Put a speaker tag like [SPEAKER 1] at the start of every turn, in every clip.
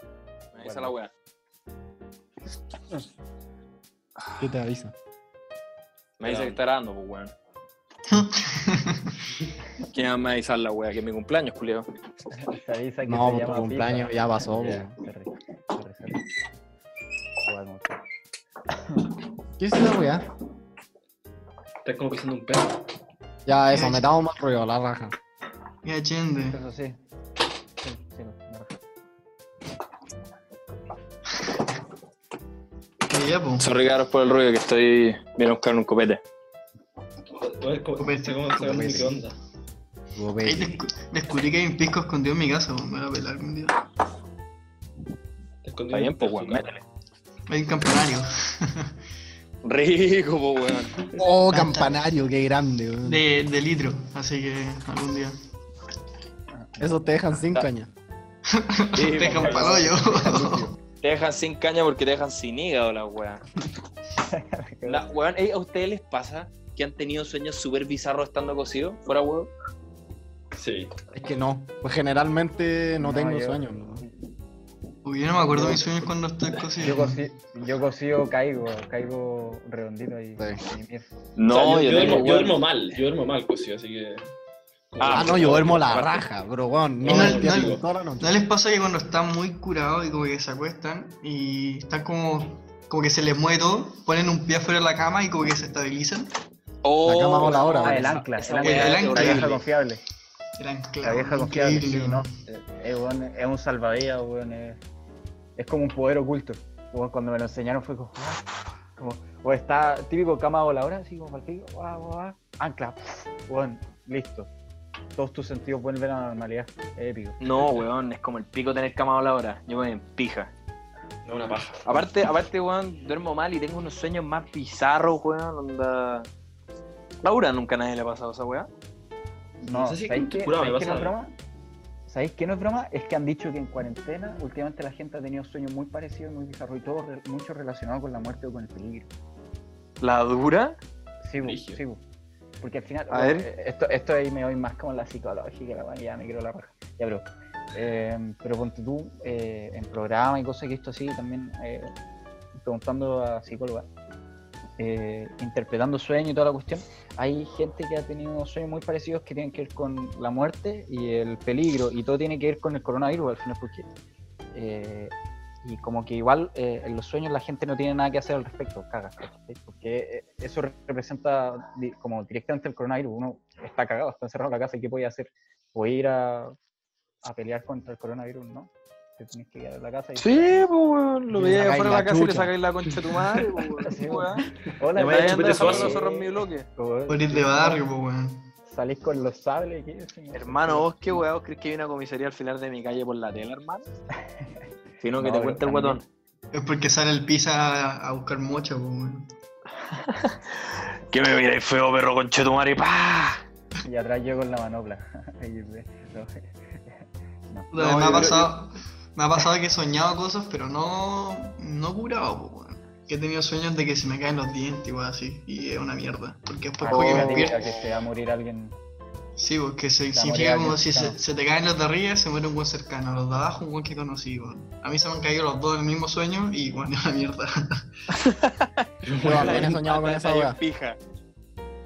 [SPEAKER 1] Bueno. Esa es la weá.
[SPEAKER 2] Yo te aviso.
[SPEAKER 1] Me dice que está grabando, pues weón. ¿Quién va a me avisar la weá? Que es mi cumpleaños, culeo.
[SPEAKER 3] Te avisa que
[SPEAKER 2] No,
[SPEAKER 3] se
[SPEAKER 2] por tu
[SPEAKER 3] llama
[SPEAKER 2] cumpleaños ya pasó.
[SPEAKER 3] FIFA.
[SPEAKER 2] po.
[SPEAKER 3] Ya, sorry, sorry, sorry. Jugamos.
[SPEAKER 2] ¿Qué es esa weá?
[SPEAKER 1] Estás como pisando un perro.
[SPEAKER 2] Ya, eso, metamos más ruido, la raja.
[SPEAKER 4] Mira, Chende.
[SPEAKER 3] Eso sí. Sí, sí, no, no.
[SPEAKER 4] Que ya, po.
[SPEAKER 1] Sorry, caros, por el ruido que estoy. Vine a buscar un copete.
[SPEAKER 4] Copete, copete.
[SPEAKER 2] Tuvo
[SPEAKER 4] Ahí
[SPEAKER 2] peli.
[SPEAKER 4] descu- descubrí que hay un pisco escondido en mi casa, po. Me voy a pelar algún día.
[SPEAKER 1] Está bien, pues weón, métele.
[SPEAKER 4] Hay un campanario.
[SPEAKER 1] Rico, pues weón.
[SPEAKER 2] Oh, campanario, qué grande. weón.
[SPEAKER 4] De, de litro. Así que algún día.
[SPEAKER 2] Eso te dejan sin caña.
[SPEAKER 1] Sí,
[SPEAKER 4] Te
[SPEAKER 1] pues,
[SPEAKER 4] comparó yo.
[SPEAKER 1] Te dejan sin caña porque te dejan sin hígado la weá. La, weón, ey, ¿a ustedes les pasa que han tenido sueños súper bizarros estando cocidos? Fuera huevo.
[SPEAKER 5] Sí.
[SPEAKER 2] Es que no, pues generalmente no,
[SPEAKER 3] No,
[SPEAKER 2] tengo
[SPEAKER 3] yo-
[SPEAKER 2] sueños. ¿no?
[SPEAKER 4] Porque yo no me acuerdo de mis sueños cuando estoy
[SPEAKER 3] Yo,
[SPEAKER 4] cocido.
[SPEAKER 3] cocí, yo cocido caigo, caigo redondito y, y mierda.
[SPEAKER 1] No,
[SPEAKER 5] O sea, yo, yo
[SPEAKER 1] tengo,
[SPEAKER 5] duermo, yo
[SPEAKER 1] weón.
[SPEAKER 5] duermo mal, yo duermo mal, cosío, así que.
[SPEAKER 2] Ah, no, yo duermo la raja, bro, weón. No,
[SPEAKER 4] No,
[SPEAKER 2] me despierto
[SPEAKER 5] no, no.
[SPEAKER 2] toda la noche.
[SPEAKER 4] ¿No les pasa que cuando están muy curados y como que se acuestan y están como, como que se les mueve todo, ponen un pie afuera de la cama y como que se estabilizan?
[SPEAKER 1] Oh,
[SPEAKER 2] La cama voladora,
[SPEAKER 1] no,
[SPEAKER 2] Ah,
[SPEAKER 3] el
[SPEAKER 1] esa-
[SPEAKER 3] ancla,
[SPEAKER 1] esa
[SPEAKER 3] el
[SPEAKER 1] weá es
[SPEAKER 4] ancla. El
[SPEAKER 3] La
[SPEAKER 4] ancla.
[SPEAKER 1] horrible.
[SPEAKER 3] vieja confiable.
[SPEAKER 4] Eran
[SPEAKER 3] La
[SPEAKER 4] claros.
[SPEAKER 3] vieja confiable, sí, ¿no? Eh, eh, weón, es un salvavidas, weón. Es, es como un poder oculto. Weón, cuando me lo enseñaron fue como, "Ah", como, o está típico cama voladora, así como partido, guau, guau, guau, ancla, weón, listo. Todos tus sentidos vuelven a la normalidad. Es épico.
[SPEAKER 1] No, weón, es como el pico tener cama voladora. Yo me empija.
[SPEAKER 5] No, una paja.
[SPEAKER 1] Aparte, aparte, weón, duermo mal y tengo unos sueños más bizarros, weón. Onda... Laura nunca a nadie le ha pasado esa weá.
[SPEAKER 3] No,
[SPEAKER 5] No sé si es
[SPEAKER 3] ¿sabéis
[SPEAKER 5] con tu
[SPEAKER 3] qué,
[SPEAKER 5] curado,
[SPEAKER 3] ¿sabéis qué
[SPEAKER 5] me
[SPEAKER 3] no es
[SPEAKER 5] pasa a
[SPEAKER 3] broma? ¿Sabéis qué no es broma? Es que han dicho que en cuarentena últimamente la gente ha tenido sueños muy parecidos, muy bizarros y todo re- mucho relacionado con la muerte o con el peligro.
[SPEAKER 1] ¿La dura?
[SPEAKER 3] Sí, bu,
[SPEAKER 5] Brígido.
[SPEAKER 3] sí, bu. Porque al final,
[SPEAKER 1] A
[SPEAKER 3] bueno,
[SPEAKER 1] ver.
[SPEAKER 3] eh, esto, esto ahí me voy más como en la psicológica, la weá, ya me quiero la raja. Ya, pero, eh, pero ponte tú, eh, en programa y cosas que esto así, también eh, preguntando a psicóloga, eh, interpretando sueños y toda la cuestión, hay gente que ha tenido sueños muy parecidos que tienen que ver con la muerte y el peligro, y todo tiene que ver con el coronavirus al final, porque. eh, y como que igual eh, en los sueños la gente no tiene nada que hacer al respecto, cagas, ¿cachai? porque eh, eso re- representa di- como directamente el coronavirus, uno está cagado, está encerrado en la casa y qué puede hacer, puede ir a, a pelear contra el coronavirus, ¿no? Te tienes que quedar en la casa y...
[SPEAKER 1] Sí, pues, weón. Lo
[SPEAKER 2] Le
[SPEAKER 1] veía ahí
[SPEAKER 2] sacáis
[SPEAKER 1] afuera de
[SPEAKER 2] la
[SPEAKER 1] la casa y le
[SPEAKER 2] chucha.
[SPEAKER 1] sacáis la concha de tu madre, pues, weón.
[SPEAKER 3] Sí,
[SPEAKER 1] Sí,
[SPEAKER 3] weón.
[SPEAKER 1] weón.
[SPEAKER 3] Hola,
[SPEAKER 5] Ya
[SPEAKER 1] Me vayan a
[SPEAKER 5] chupete
[SPEAKER 1] andar
[SPEAKER 5] suave.
[SPEAKER 1] sacando los zorros en mi bloque.
[SPEAKER 3] weón,
[SPEAKER 4] Morir de barrio, pues, weón.
[SPEAKER 3] Salís con los sables aquí. así,
[SPEAKER 1] Hermano, vos qué weón, crees que hay una comisaría al final de mi calle por la tela, hermano. Sino que
[SPEAKER 3] No,
[SPEAKER 1] te
[SPEAKER 3] pero
[SPEAKER 1] cuenta el
[SPEAKER 3] también-
[SPEAKER 1] guatón.
[SPEAKER 4] Es porque sale el pizza a, a buscar mocha, pues, weón.
[SPEAKER 1] Que me miráis feo, perro conche tu madre, pa.
[SPEAKER 3] Y atrás yo con la manopla. Ahí, ve, no. eh,
[SPEAKER 4] Puta,
[SPEAKER 1] No,
[SPEAKER 4] me, ha
[SPEAKER 1] yo creo-
[SPEAKER 4] pasado, me ha pasado que he soñado cosas, pero no, no curado, pues, weón. Que he tenido sueños de que se me caen los dientes, weón, así. Y es una mierda. Pues Porque después fue que me
[SPEAKER 3] Ah,
[SPEAKER 4] despierto.
[SPEAKER 3] que se va a morir alguien.
[SPEAKER 4] Sí, porque se
[SPEAKER 3] Está
[SPEAKER 4] significa
[SPEAKER 3] moleando,
[SPEAKER 4] como si
[SPEAKER 3] está.
[SPEAKER 4] se, se te caen los de arriba, se muere un buen cercano, los de abajo un buen que conocí, weón. A mí se me han caído los dos en el mismo sueño y bueno, es una mierda.
[SPEAKER 2] Yo también he soñado con esa weá.
[SPEAKER 1] Pija.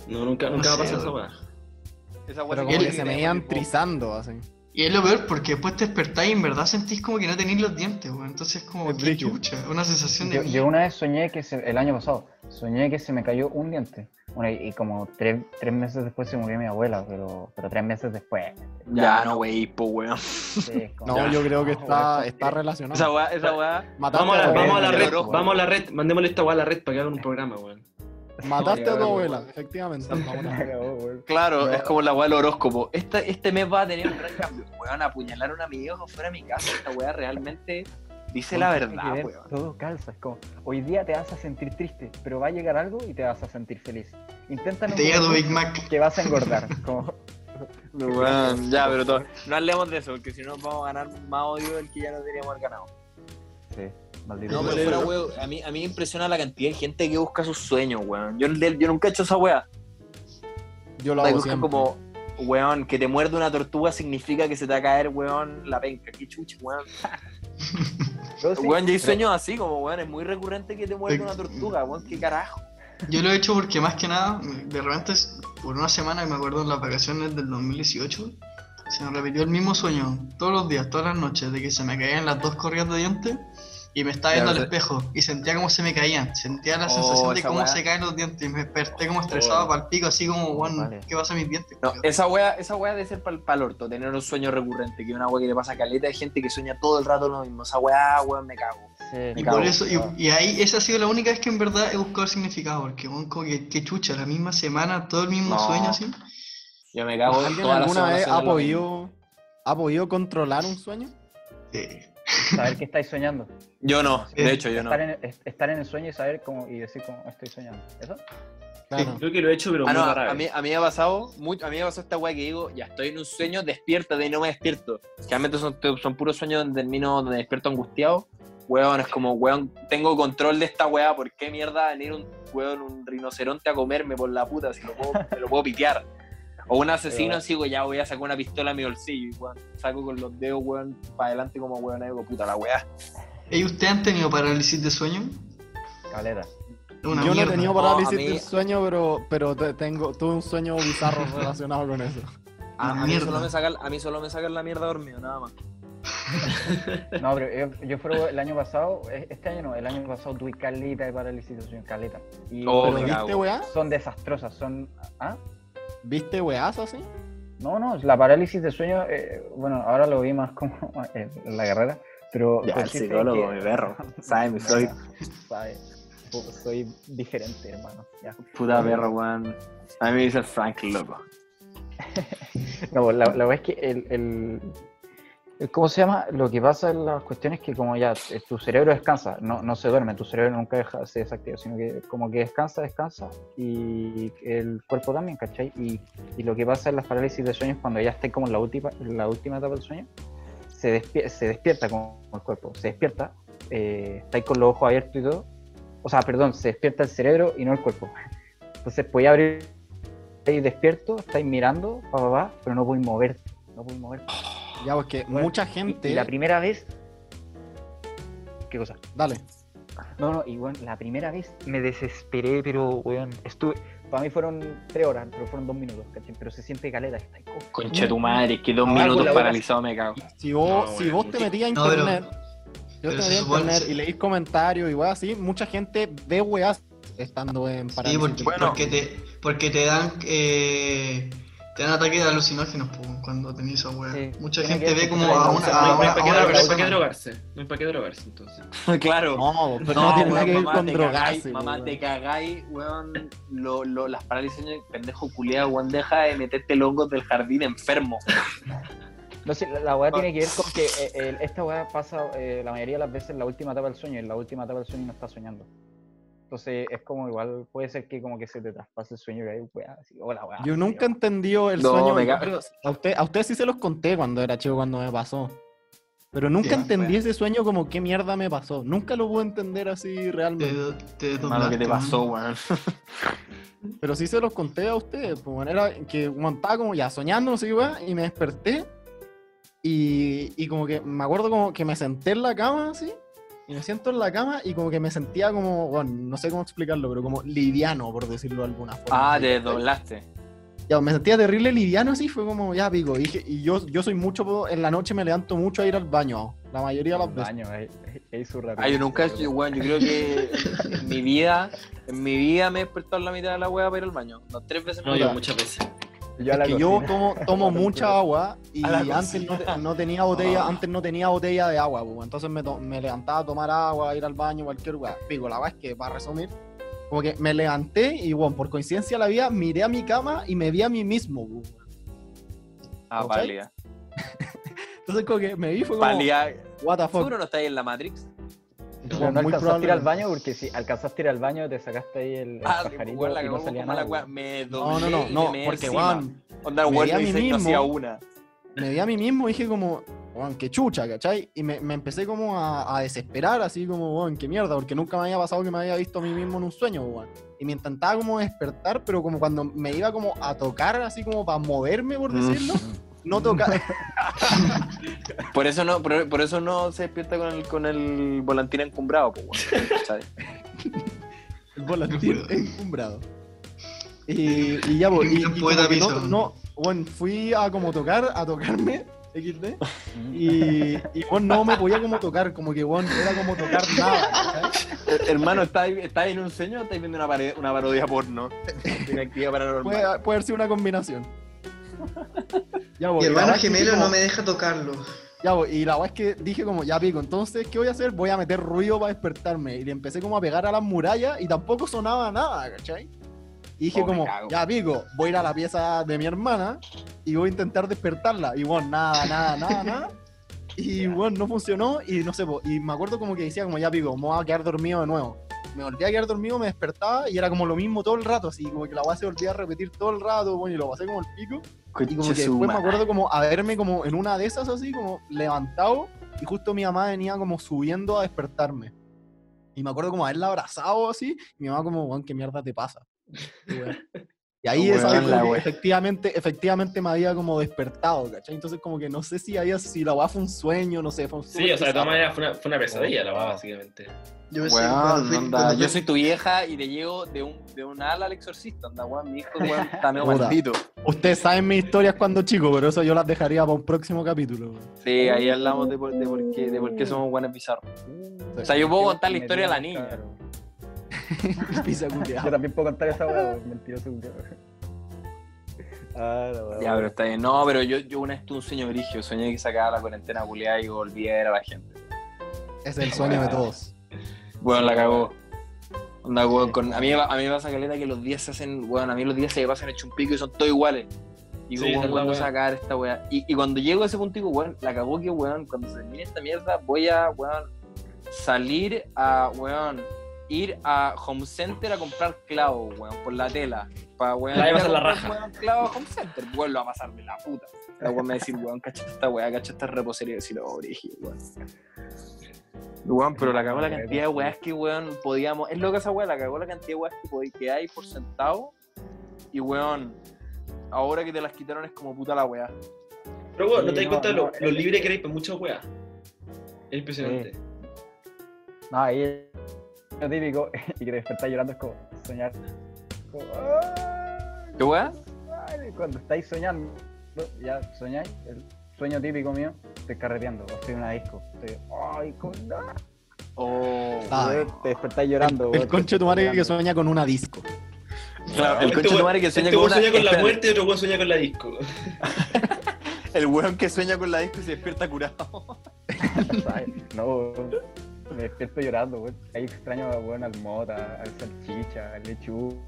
[SPEAKER 5] No, nunca,
[SPEAKER 4] No
[SPEAKER 5] nunca va a
[SPEAKER 4] sé,
[SPEAKER 5] pasar esa
[SPEAKER 4] weón.
[SPEAKER 5] weá.
[SPEAKER 1] Esa weá
[SPEAKER 2] Pero
[SPEAKER 1] sí
[SPEAKER 2] como
[SPEAKER 4] él-
[SPEAKER 2] que se me iban trizando, así.
[SPEAKER 4] Y es lo peor porque después te despertás y en verdad sentís como que no tenés los dientes, weón. Entonces es como
[SPEAKER 2] Es
[SPEAKER 4] que
[SPEAKER 2] brígido.
[SPEAKER 4] chucha, una sensación de
[SPEAKER 3] Yo, yo
[SPEAKER 4] mierda.
[SPEAKER 3] una vez soñé que se- el año pasado, soñé que se me cayó un diente. Bueno, y, y como tres, tres meses después se murió mi abuela, pero, pero tres meses después.
[SPEAKER 1] Ya, no, wey, po, weón.
[SPEAKER 3] Sí, es como-
[SPEAKER 2] No, yo creo que está,
[SPEAKER 3] eso-
[SPEAKER 2] está
[SPEAKER 1] Esa
[SPEAKER 2] relacionado.
[SPEAKER 1] weá, esa weá.
[SPEAKER 2] Mataste
[SPEAKER 5] Vamos a la,
[SPEAKER 2] tu
[SPEAKER 5] vamos a la
[SPEAKER 2] abuela,
[SPEAKER 5] red,
[SPEAKER 2] bro.
[SPEAKER 5] vamos a la red. Mandémosle esta weá a la red para que hagan un programa, weón.
[SPEAKER 2] Mataste a tu
[SPEAKER 5] Vamos a la
[SPEAKER 2] abuela, efectivamente. Vamos a la-
[SPEAKER 3] Cagó, oh, weón.
[SPEAKER 1] Claro,
[SPEAKER 3] No.
[SPEAKER 1] es como la weá del horóscopo. Esta- este mes va a tener un gran cambio. Weón, apuñalar a un amigo fuera de mi casa. Esta weá realmente dice la
[SPEAKER 3] Tiene que
[SPEAKER 1] verdad,
[SPEAKER 3] ver,
[SPEAKER 1] weón.
[SPEAKER 3] Todo calza, es como, hoy día te vas a sentir triste, pero va a llegar algo y te vas a sentir feliz. Intenta no
[SPEAKER 4] Te llega tu
[SPEAKER 3] sentir
[SPEAKER 4] Big Mac.
[SPEAKER 3] que vas a engordar. como-
[SPEAKER 1] Weón, ya, pero todo- no hablemos de eso, porque si no vamos a ganar más odio del que ya no deberíamos haber ganado.
[SPEAKER 3] Sí, maldito.
[SPEAKER 1] No, pero fuera, weón, a mí, a mí me impresiona la cantidad de gente que busca sus sueños, weón. Yo, yo nunca he hecho esa weá.
[SPEAKER 2] Yo lo
[SPEAKER 1] Ahí
[SPEAKER 2] hago
[SPEAKER 1] buscan
[SPEAKER 2] siempre.
[SPEAKER 1] como, weón, que te muerde una tortuga significa que se te va a caer, weón, la penca. Qué chucha, weón.
[SPEAKER 3] Yo sí.
[SPEAKER 1] Weón, yo hay sueños así, como weón, es muy recurrente que te muerde
[SPEAKER 4] Pero-
[SPEAKER 1] una tortuga, weón, qué carajo.
[SPEAKER 4] Yo lo he hecho porque más que nada, de repente, por una semana, me acuerdo en las vacaciones del 2018, se me repitió el mismo sueño, todos los días, todas las noches, de que se me caían las dos correas de dientes y me estaba viendo
[SPEAKER 1] Ya,
[SPEAKER 4] al
[SPEAKER 1] pero-
[SPEAKER 4] espejo y sentía cómo se me caían, sentía la
[SPEAKER 1] Oh,
[SPEAKER 4] sensación de
[SPEAKER 1] esa
[SPEAKER 4] cómo
[SPEAKER 1] weá.
[SPEAKER 4] se caen los dientes y me desperté como estresado
[SPEAKER 5] Oh.
[SPEAKER 4] para el pico, así como, bueno,
[SPEAKER 3] Vale.
[SPEAKER 4] ¿qué pasa a mis dientes?
[SPEAKER 1] No,
[SPEAKER 4] culiao?".
[SPEAKER 1] esa wea, esa wea debe ser para el orto, tener un sueño recurrente, que es una wea que le pasa a caleta de gente que sueña todo el rato lo mismo. Esa wea, weón, me cago.
[SPEAKER 3] Sí,
[SPEAKER 4] Y
[SPEAKER 3] cago,
[SPEAKER 4] por eso, y,
[SPEAKER 3] weón.
[SPEAKER 4] y ahí, esa ha sido la única vez que en verdad he buscado el significado, porque bueno, como que, que chucha, la misma semana, todo el mismo
[SPEAKER 1] No.
[SPEAKER 4] sueño así.
[SPEAKER 1] Yo me cago en
[SPEAKER 2] ¿Alguien
[SPEAKER 1] toda la
[SPEAKER 2] alguna
[SPEAKER 1] semana
[SPEAKER 2] vez
[SPEAKER 1] haciendo
[SPEAKER 2] ha
[SPEAKER 1] lo
[SPEAKER 2] podido, ha podido controlar un sueño?
[SPEAKER 4] Sí.
[SPEAKER 3] Saber qué estáis soñando.
[SPEAKER 1] mismo. Yo no, de
[SPEAKER 4] Eh,
[SPEAKER 1] hecho, yo no.
[SPEAKER 3] Estar, en, es- estar en el sueño y saber cómo y decir cómo estoy soñando. ¿Eso?
[SPEAKER 2] Claro.
[SPEAKER 5] Creo que lo he hecho, pero
[SPEAKER 1] Ah,
[SPEAKER 5] muy
[SPEAKER 1] no,
[SPEAKER 5] rara
[SPEAKER 1] a,
[SPEAKER 5] vez.
[SPEAKER 1] mí, a mí me ha pasado, mucho, a mí me ha pasado esta wea que digo, ya estoy en un sueño, despiértate y no me despierto. Realmente son, son puros sueños donde termino, donde despierto angustiado. Weón, es como, weón, tengo control de esta wea, ¿por qué mierda va a venir un weón, un rinoceronte a comerme por la puta? Si lo puedo, me lo puedo pitear. O un asesino
[SPEAKER 3] Pero-
[SPEAKER 1] así, weón, ya voy a sacar una pistola a mi bolsillo y weón, saco con los dedos, weón, para adelante como weón, y digo, puta la wea.
[SPEAKER 4] ¿Y ustedes han tenido parálisis de sueño?
[SPEAKER 3] Caleta.
[SPEAKER 4] Una
[SPEAKER 2] Yo no he
[SPEAKER 4] mierda.
[SPEAKER 2] tenido
[SPEAKER 1] No,
[SPEAKER 2] parálisis
[SPEAKER 1] a mí-
[SPEAKER 2] del sueño, pero, pero te- tengo, tuve un sueño bizarro relacionado con eso.
[SPEAKER 1] A,
[SPEAKER 4] Una
[SPEAKER 1] a mí solo
[SPEAKER 4] mierda.
[SPEAKER 1] me sacan, a mí solo me sacan la mierda dormido, nada más.
[SPEAKER 3] No, pero yo, yo fue el año pasado, e- este año no, el año pasado tuve caleta de parálisis de sueño, caleta. Y
[SPEAKER 1] Oh,
[SPEAKER 2] Pero
[SPEAKER 1] me
[SPEAKER 3] pero
[SPEAKER 1] cago.
[SPEAKER 2] ¿Viste weá?
[SPEAKER 3] son desastrosas, son... ¿Ah?
[SPEAKER 2] ¿Viste weás así?
[SPEAKER 3] No, no, la parálisis de sueño, eh, bueno, ahora lo vi más como en la carrera, pero...
[SPEAKER 1] Pues
[SPEAKER 3] consiste en que-
[SPEAKER 1] perro. Sabe, mi
[SPEAKER 3] Sabe, po- soy diferente, hermano. ya.
[SPEAKER 1] Puta perro, weón. A mí me dice el Frank, loco.
[SPEAKER 3] No, la, la verdad es que el, el- el- ¿Cómo se llama? Lo que pasa en las cuestiones que como ya eh, tu cerebro descansa, no, no se duerme, tu cerebro nunca deja, se desactiva, sino que como que descansa, descansa y el cuerpo también, ¿cachai? Y, y lo que pasa en las parálisis de sueños cuando ya esté como en la última, en la última etapa del sueño, se, despie- se despierta con el cuerpo, se despierta, eh, está ahí con los ojos abiertos y todo, o sea, perdón, se despierta el cerebro y no el cuerpo. Entonces podía abrir estáis despierto, estáis mirando, pa, pa, pa, pero no podéis moverte, no podéis moverte.
[SPEAKER 2] Ya, porque
[SPEAKER 3] Bueno,
[SPEAKER 2] mucha
[SPEAKER 3] Y-
[SPEAKER 2] gente.
[SPEAKER 3] Y, la primera vez. ¿Qué cosa?
[SPEAKER 2] Dale.
[SPEAKER 3] No, no, igual, la primera vez me desesperé, pero, weón, estuve. Para mí fueron tres horas, pero fueron dos minutos, ¿cachai? Pero se siente caleta, está ahí, Oh, como-
[SPEAKER 1] Conche tu madre, que dos
[SPEAKER 3] Abajo
[SPEAKER 1] minutos
[SPEAKER 3] la boca.
[SPEAKER 1] paralizado me cago.
[SPEAKER 2] Si vos,
[SPEAKER 5] No,
[SPEAKER 2] si
[SPEAKER 5] weón.
[SPEAKER 2] vos te metías a
[SPEAKER 4] No, pero-
[SPEAKER 2] internet, yo te
[SPEAKER 4] pero se
[SPEAKER 2] metía a
[SPEAKER 4] supone-
[SPEAKER 2] internet
[SPEAKER 4] se-
[SPEAKER 2] y leís comentarios y weas así, mucha gente ve weas estando en
[SPEAKER 4] Sí,
[SPEAKER 2] parálisis.
[SPEAKER 4] porque,
[SPEAKER 1] Bueno.
[SPEAKER 4] porque te, porque te dan eh, te dan ataques de alucinógenos po, cuando tenés esa wea.
[SPEAKER 3] Sí.
[SPEAKER 4] Mucha
[SPEAKER 3] Tiene
[SPEAKER 4] gente
[SPEAKER 3] que
[SPEAKER 4] ve como
[SPEAKER 3] escuchar
[SPEAKER 4] a
[SPEAKER 3] el
[SPEAKER 4] una,
[SPEAKER 3] audio.
[SPEAKER 5] No hay-
[SPEAKER 4] a
[SPEAKER 5] no hay
[SPEAKER 4] una,
[SPEAKER 5] para
[SPEAKER 4] a
[SPEAKER 5] qué
[SPEAKER 4] una
[SPEAKER 5] dro- no hay para qué
[SPEAKER 4] persona.
[SPEAKER 5] drogarse. No hay para qué drogarse, entonces.
[SPEAKER 1] claro.
[SPEAKER 2] No, pero no, tiene nada que ver
[SPEAKER 1] mamá,
[SPEAKER 2] con
[SPEAKER 1] te
[SPEAKER 2] drogarse.
[SPEAKER 1] cagáis, mamá,
[SPEAKER 2] weón.
[SPEAKER 1] te cagáis, weón. Lo, lo, las parálisis, pendejo culiado, weón, deja de meterte hongos del jardín enfermo.
[SPEAKER 3] No sé, la, la weá tiene que ver con que eh, el- esta weá pasa eh, la mayoría de las veces en la última etapa del sueño, y en la última etapa del sueño no estás soñando. Entonces es como igual, puede ser que como que se te traspase el sueño que hay, weá, así, hola, weá.
[SPEAKER 2] Yo nunca he entendido el
[SPEAKER 1] No,
[SPEAKER 2] sueño.
[SPEAKER 1] me
[SPEAKER 2] yo
[SPEAKER 1] ca-
[SPEAKER 2] creo- a, usted, a usted sí se los conté cuando era chico, cuando me pasó. Pero nunca
[SPEAKER 4] Ya,
[SPEAKER 2] entendí
[SPEAKER 4] weón.
[SPEAKER 2] ese sueño como qué mierda me pasó. Nunca lo pude entender así
[SPEAKER 4] Te,
[SPEAKER 2] realmente.
[SPEAKER 4] do- te
[SPEAKER 1] Hermano, ¿qué te
[SPEAKER 4] doblaste,
[SPEAKER 1] pasó,
[SPEAKER 4] man.
[SPEAKER 1] weón?
[SPEAKER 2] Pero sí se los conté a ustedes. Pues, bueno, era que bueno, estaba como ya soñando, no sé qué, weá, y me desperté. Y, y como que me acuerdo como que me senté en la cama así. Y me siento en la cama y como que me sentía como, bueno, no sé cómo explicarlo, pero como liviano, por decirlo de alguna forma.
[SPEAKER 1] Ah,
[SPEAKER 2] Así,
[SPEAKER 1] te
[SPEAKER 2] ¿cachai?
[SPEAKER 1] doblaste.
[SPEAKER 2] Ya, me sentía terrible liviano así, fue como, ya pico. Y, dije- y yo, yo soy mucho, en la noche me levanto mucho a ir al baño, la mayoría de las veces.
[SPEAKER 3] baño, ahí, ahí su ratito.
[SPEAKER 1] Ah, yo nunca, yo, weón, yo creo que en mi vida, en mi vida me he despertado en la mitad de la weá para ir al baño. No, tres veces
[SPEAKER 5] No,
[SPEAKER 1] me
[SPEAKER 5] yo muchas veces.
[SPEAKER 3] Yo a la
[SPEAKER 2] Es que yo
[SPEAKER 3] cocina.
[SPEAKER 2] tomo, tomo mucha agua y
[SPEAKER 1] A la
[SPEAKER 2] antes no, te- no tenía botella,
[SPEAKER 4] Ah.
[SPEAKER 2] antes no tenía botella de agua, pues, entonces me, to- me levantaba a tomar agua, ir al baño, cualquier weá. Pico, la verdad es que para resumir, como que me levanté y bueno, por coincidencia de la vida, miré a mi cama y me vi a mí mismo, pues, weón.
[SPEAKER 1] Ah,
[SPEAKER 2] ¿Cachai?
[SPEAKER 1] pálida.
[SPEAKER 2] Entonces como que me vi fue como,
[SPEAKER 1] Pálida.
[SPEAKER 2] what the fuck.
[SPEAKER 1] ¿Seguro no estáis en la Matrix?
[SPEAKER 3] Pero no
[SPEAKER 2] Muy
[SPEAKER 3] alcanzaste a ir al
[SPEAKER 2] probablemente.
[SPEAKER 3] baño porque si alcanzaste a ir al baño te sacaste ahí el, el
[SPEAKER 1] Ah,
[SPEAKER 3] pajarito
[SPEAKER 1] weón, la
[SPEAKER 3] y
[SPEAKER 1] cagó
[SPEAKER 3] no
[SPEAKER 1] con
[SPEAKER 3] salía
[SPEAKER 1] mala
[SPEAKER 3] nada.
[SPEAKER 1] weá.
[SPEAKER 3] weón.
[SPEAKER 1] Me doblé
[SPEAKER 2] No, no, no,
[SPEAKER 1] y
[SPEAKER 2] no,
[SPEAKER 1] me meé
[SPEAKER 2] porque
[SPEAKER 1] encima.
[SPEAKER 2] weón,
[SPEAKER 1] Onda,
[SPEAKER 2] me
[SPEAKER 1] weón,
[SPEAKER 2] di a
[SPEAKER 1] no
[SPEAKER 2] mí
[SPEAKER 1] hice- no
[SPEAKER 2] mismo.
[SPEAKER 1] hacía una.
[SPEAKER 2] me vi a mí mismo y dije como, weón, qué chucha, ¿cachai? Y me, me empecé como a, a desesperar, así como, weón, qué mierda, porque nunca me había pasado que me había visto a mí mismo en un sueño, pues, weón. Y me intentaba como despertar, pero como cuando me iba como a tocar, así como para moverme, por
[SPEAKER 1] Mm.
[SPEAKER 2] decirlo, no tocaba.
[SPEAKER 1] Por eso no, por, por eso no se despierta con el, con el volantín encumbrado, pues, weón, ¿cachai?
[SPEAKER 2] El volantín encumbrado. Y, y ya, pues, y,
[SPEAKER 4] Gran
[SPEAKER 2] y
[SPEAKER 4] poeta
[SPEAKER 2] como que no,
[SPEAKER 4] Bison.
[SPEAKER 2] no, bueno, fui a como tocar, a tocarme, XD, y, y bueno, no me podía como tocar, como que bueno, era como tocar nada, ¿cachai?
[SPEAKER 1] Eh, Hermano, ¿estás estás en un sueño o estás viendo una, pared- una parodia porno? De una actividad paranormal.
[SPEAKER 2] Puede, puede haber sido una combinación. Ya, pues,
[SPEAKER 4] Mi
[SPEAKER 2] y la
[SPEAKER 4] hermano
[SPEAKER 2] verdad es que
[SPEAKER 4] gemelo
[SPEAKER 2] como-
[SPEAKER 4] no me deja tocarlo.
[SPEAKER 2] Ya, bo, y la weá es que dije como, ya pico, entonces, ¿qué voy a hacer? Voy a meter ruido para despertarme. Y le empecé como a pegar a las murallas y tampoco sonaba nada, ¿cachai? Y dije
[SPEAKER 1] Oh, me
[SPEAKER 2] como,
[SPEAKER 1] cago.
[SPEAKER 2] ya pico, voy a ir a la pieza de mi hermana y voy a intentar despertarla. Y bueno, nada, nada, nada, nada. Y bueno, no funcionó y no sé, po, y me acuerdo como que decía como, ya pico, me voy a quedar dormido de nuevo. Me volví a quedar dormido, me despertaba y era como lo mismo todo el rato, así como que la weá se volvía a repetir todo el rato, bueno, y lo pasé como el pico. Y como que
[SPEAKER 1] Concha su
[SPEAKER 2] después me
[SPEAKER 1] madre.
[SPEAKER 2] acuerdo como haberme como en una de esas así, como levantado, y justo mi mamá venía como subiendo a despertarme. Y me acuerdo como haberla abrazado así, y mi mamá como, weón, ¿qué mierda te pasa? Y, weón, y ahí
[SPEAKER 1] Weón,
[SPEAKER 2] esa vez como
[SPEAKER 1] la
[SPEAKER 2] que
[SPEAKER 1] wea.
[SPEAKER 2] efectivamente, efectivamente me había como despertado, ¿cachai? Entonces como que no sé si había, si la weá fue un sueño, no sé, fue un
[SPEAKER 5] Sí, o sea, de
[SPEAKER 2] superpesado.
[SPEAKER 5] todas maneras fue una, fue una pesadilla la weá, básicamente.
[SPEAKER 4] Yo me sé, cuando
[SPEAKER 1] Weón,
[SPEAKER 4] fui-
[SPEAKER 1] onda,
[SPEAKER 4] cuando fui-
[SPEAKER 1] yo soy tu vieja y te llego de un, de un ala al exorcista, anda, weón, mi hijo, weón, está medio
[SPEAKER 2] Puta.
[SPEAKER 1] maldito.
[SPEAKER 2] Ustedes saben mis historias cuando chico, pero eso yo las dejaría para un próximo capítulo. weón.
[SPEAKER 1] Sí, ahí hablamos de por, de por qué, de por qué somos buenas bizarros. O sea, yo puedo contar la historia de la niña.
[SPEAKER 2] Pisa culiao.
[SPEAKER 3] Yo también puedo contar esa weá, weón, mentiroso. culiao. Ah, la weá,
[SPEAKER 1] Ya, pero está bien. No, pero yo, yo una vez tuve un sueño grigio, soñé que sacaba la cuarentena culiada y volviera la gente.
[SPEAKER 2] Es el sueño de todos.
[SPEAKER 1] Weón, la cagó. Onda, weón, con, a, mí, me pa- a mí me pasa caleta que los días se hacen, weón, a mí los días se me pasan hecho un pico y son todos iguales. Y digo,
[SPEAKER 5] Sí, esa
[SPEAKER 1] weón,
[SPEAKER 5] es la
[SPEAKER 1] ¿cuándo
[SPEAKER 5] weá.
[SPEAKER 1] sacar esta weá? Y, y cuando llego a ese punto digo, weón, la cagó que, weón, cuando se termine esta mierda voy a, weón, salir a, weón, ir a Home Center a comprar clavos, weón, por la tela. Para, weón,
[SPEAKER 5] La iba a
[SPEAKER 1] ir
[SPEAKER 5] hacer la
[SPEAKER 1] comprar,
[SPEAKER 5] raja.
[SPEAKER 1] weón, clavos a Home Center. Weón, lo va a pasar de la puta. La weón me va a decir, weón, cacha esta weá, cacha esta reposería. Y decir, oh, brígido, weón. Weón, pero la cagó la cantidad de weas que, weón, podíamos. Es loca esa weá, la cagó la cantidad de weas que, pod- que hay por centavo. Y, weón, ahora que te las quitaron es como puta la weá.
[SPEAKER 5] Pero weón, no
[SPEAKER 3] Sí,
[SPEAKER 5] te das
[SPEAKER 3] no,
[SPEAKER 5] cuenta de
[SPEAKER 3] no,
[SPEAKER 5] lo,
[SPEAKER 3] es-
[SPEAKER 5] lo libre que eres para muchas weas. Es impresionante.
[SPEAKER 3] No, ahí es lo típico. Y que te despertás llorando es como soñar. Como, "Ay,
[SPEAKER 1] ¿Qué weá?
[SPEAKER 3] ay", Cuando estáis soñando, ya soñáis, el sueño típico mío, estoy carreteando, o estoy en una disco. Estoy, ay, como, no".
[SPEAKER 1] Oh,
[SPEAKER 2] Ah,
[SPEAKER 1] weón.
[SPEAKER 3] Te despertáis llorando.
[SPEAKER 2] El
[SPEAKER 3] weón,
[SPEAKER 2] conche de tu madre que
[SPEAKER 3] despertás
[SPEAKER 2] sueña con una disco.
[SPEAKER 1] Claro, el
[SPEAKER 5] Este
[SPEAKER 1] conche de tu
[SPEAKER 5] weón-
[SPEAKER 1] madre que sueña
[SPEAKER 5] este
[SPEAKER 1] con
[SPEAKER 5] weón
[SPEAKER 1] una.
[SPEAKER 5] sueña con la
[SPEAKER 1] espérate,
[SPEAKER 5] muerte y otro weón sueña con la disco.
[SPEAKER 1] El weón que sueña con la disco y se despierta curado.
[SPEAKER 3] llorando. No, weón, me despierto llorando, weón. Ahí extraño weón, al mota, al salchicha, al lechú.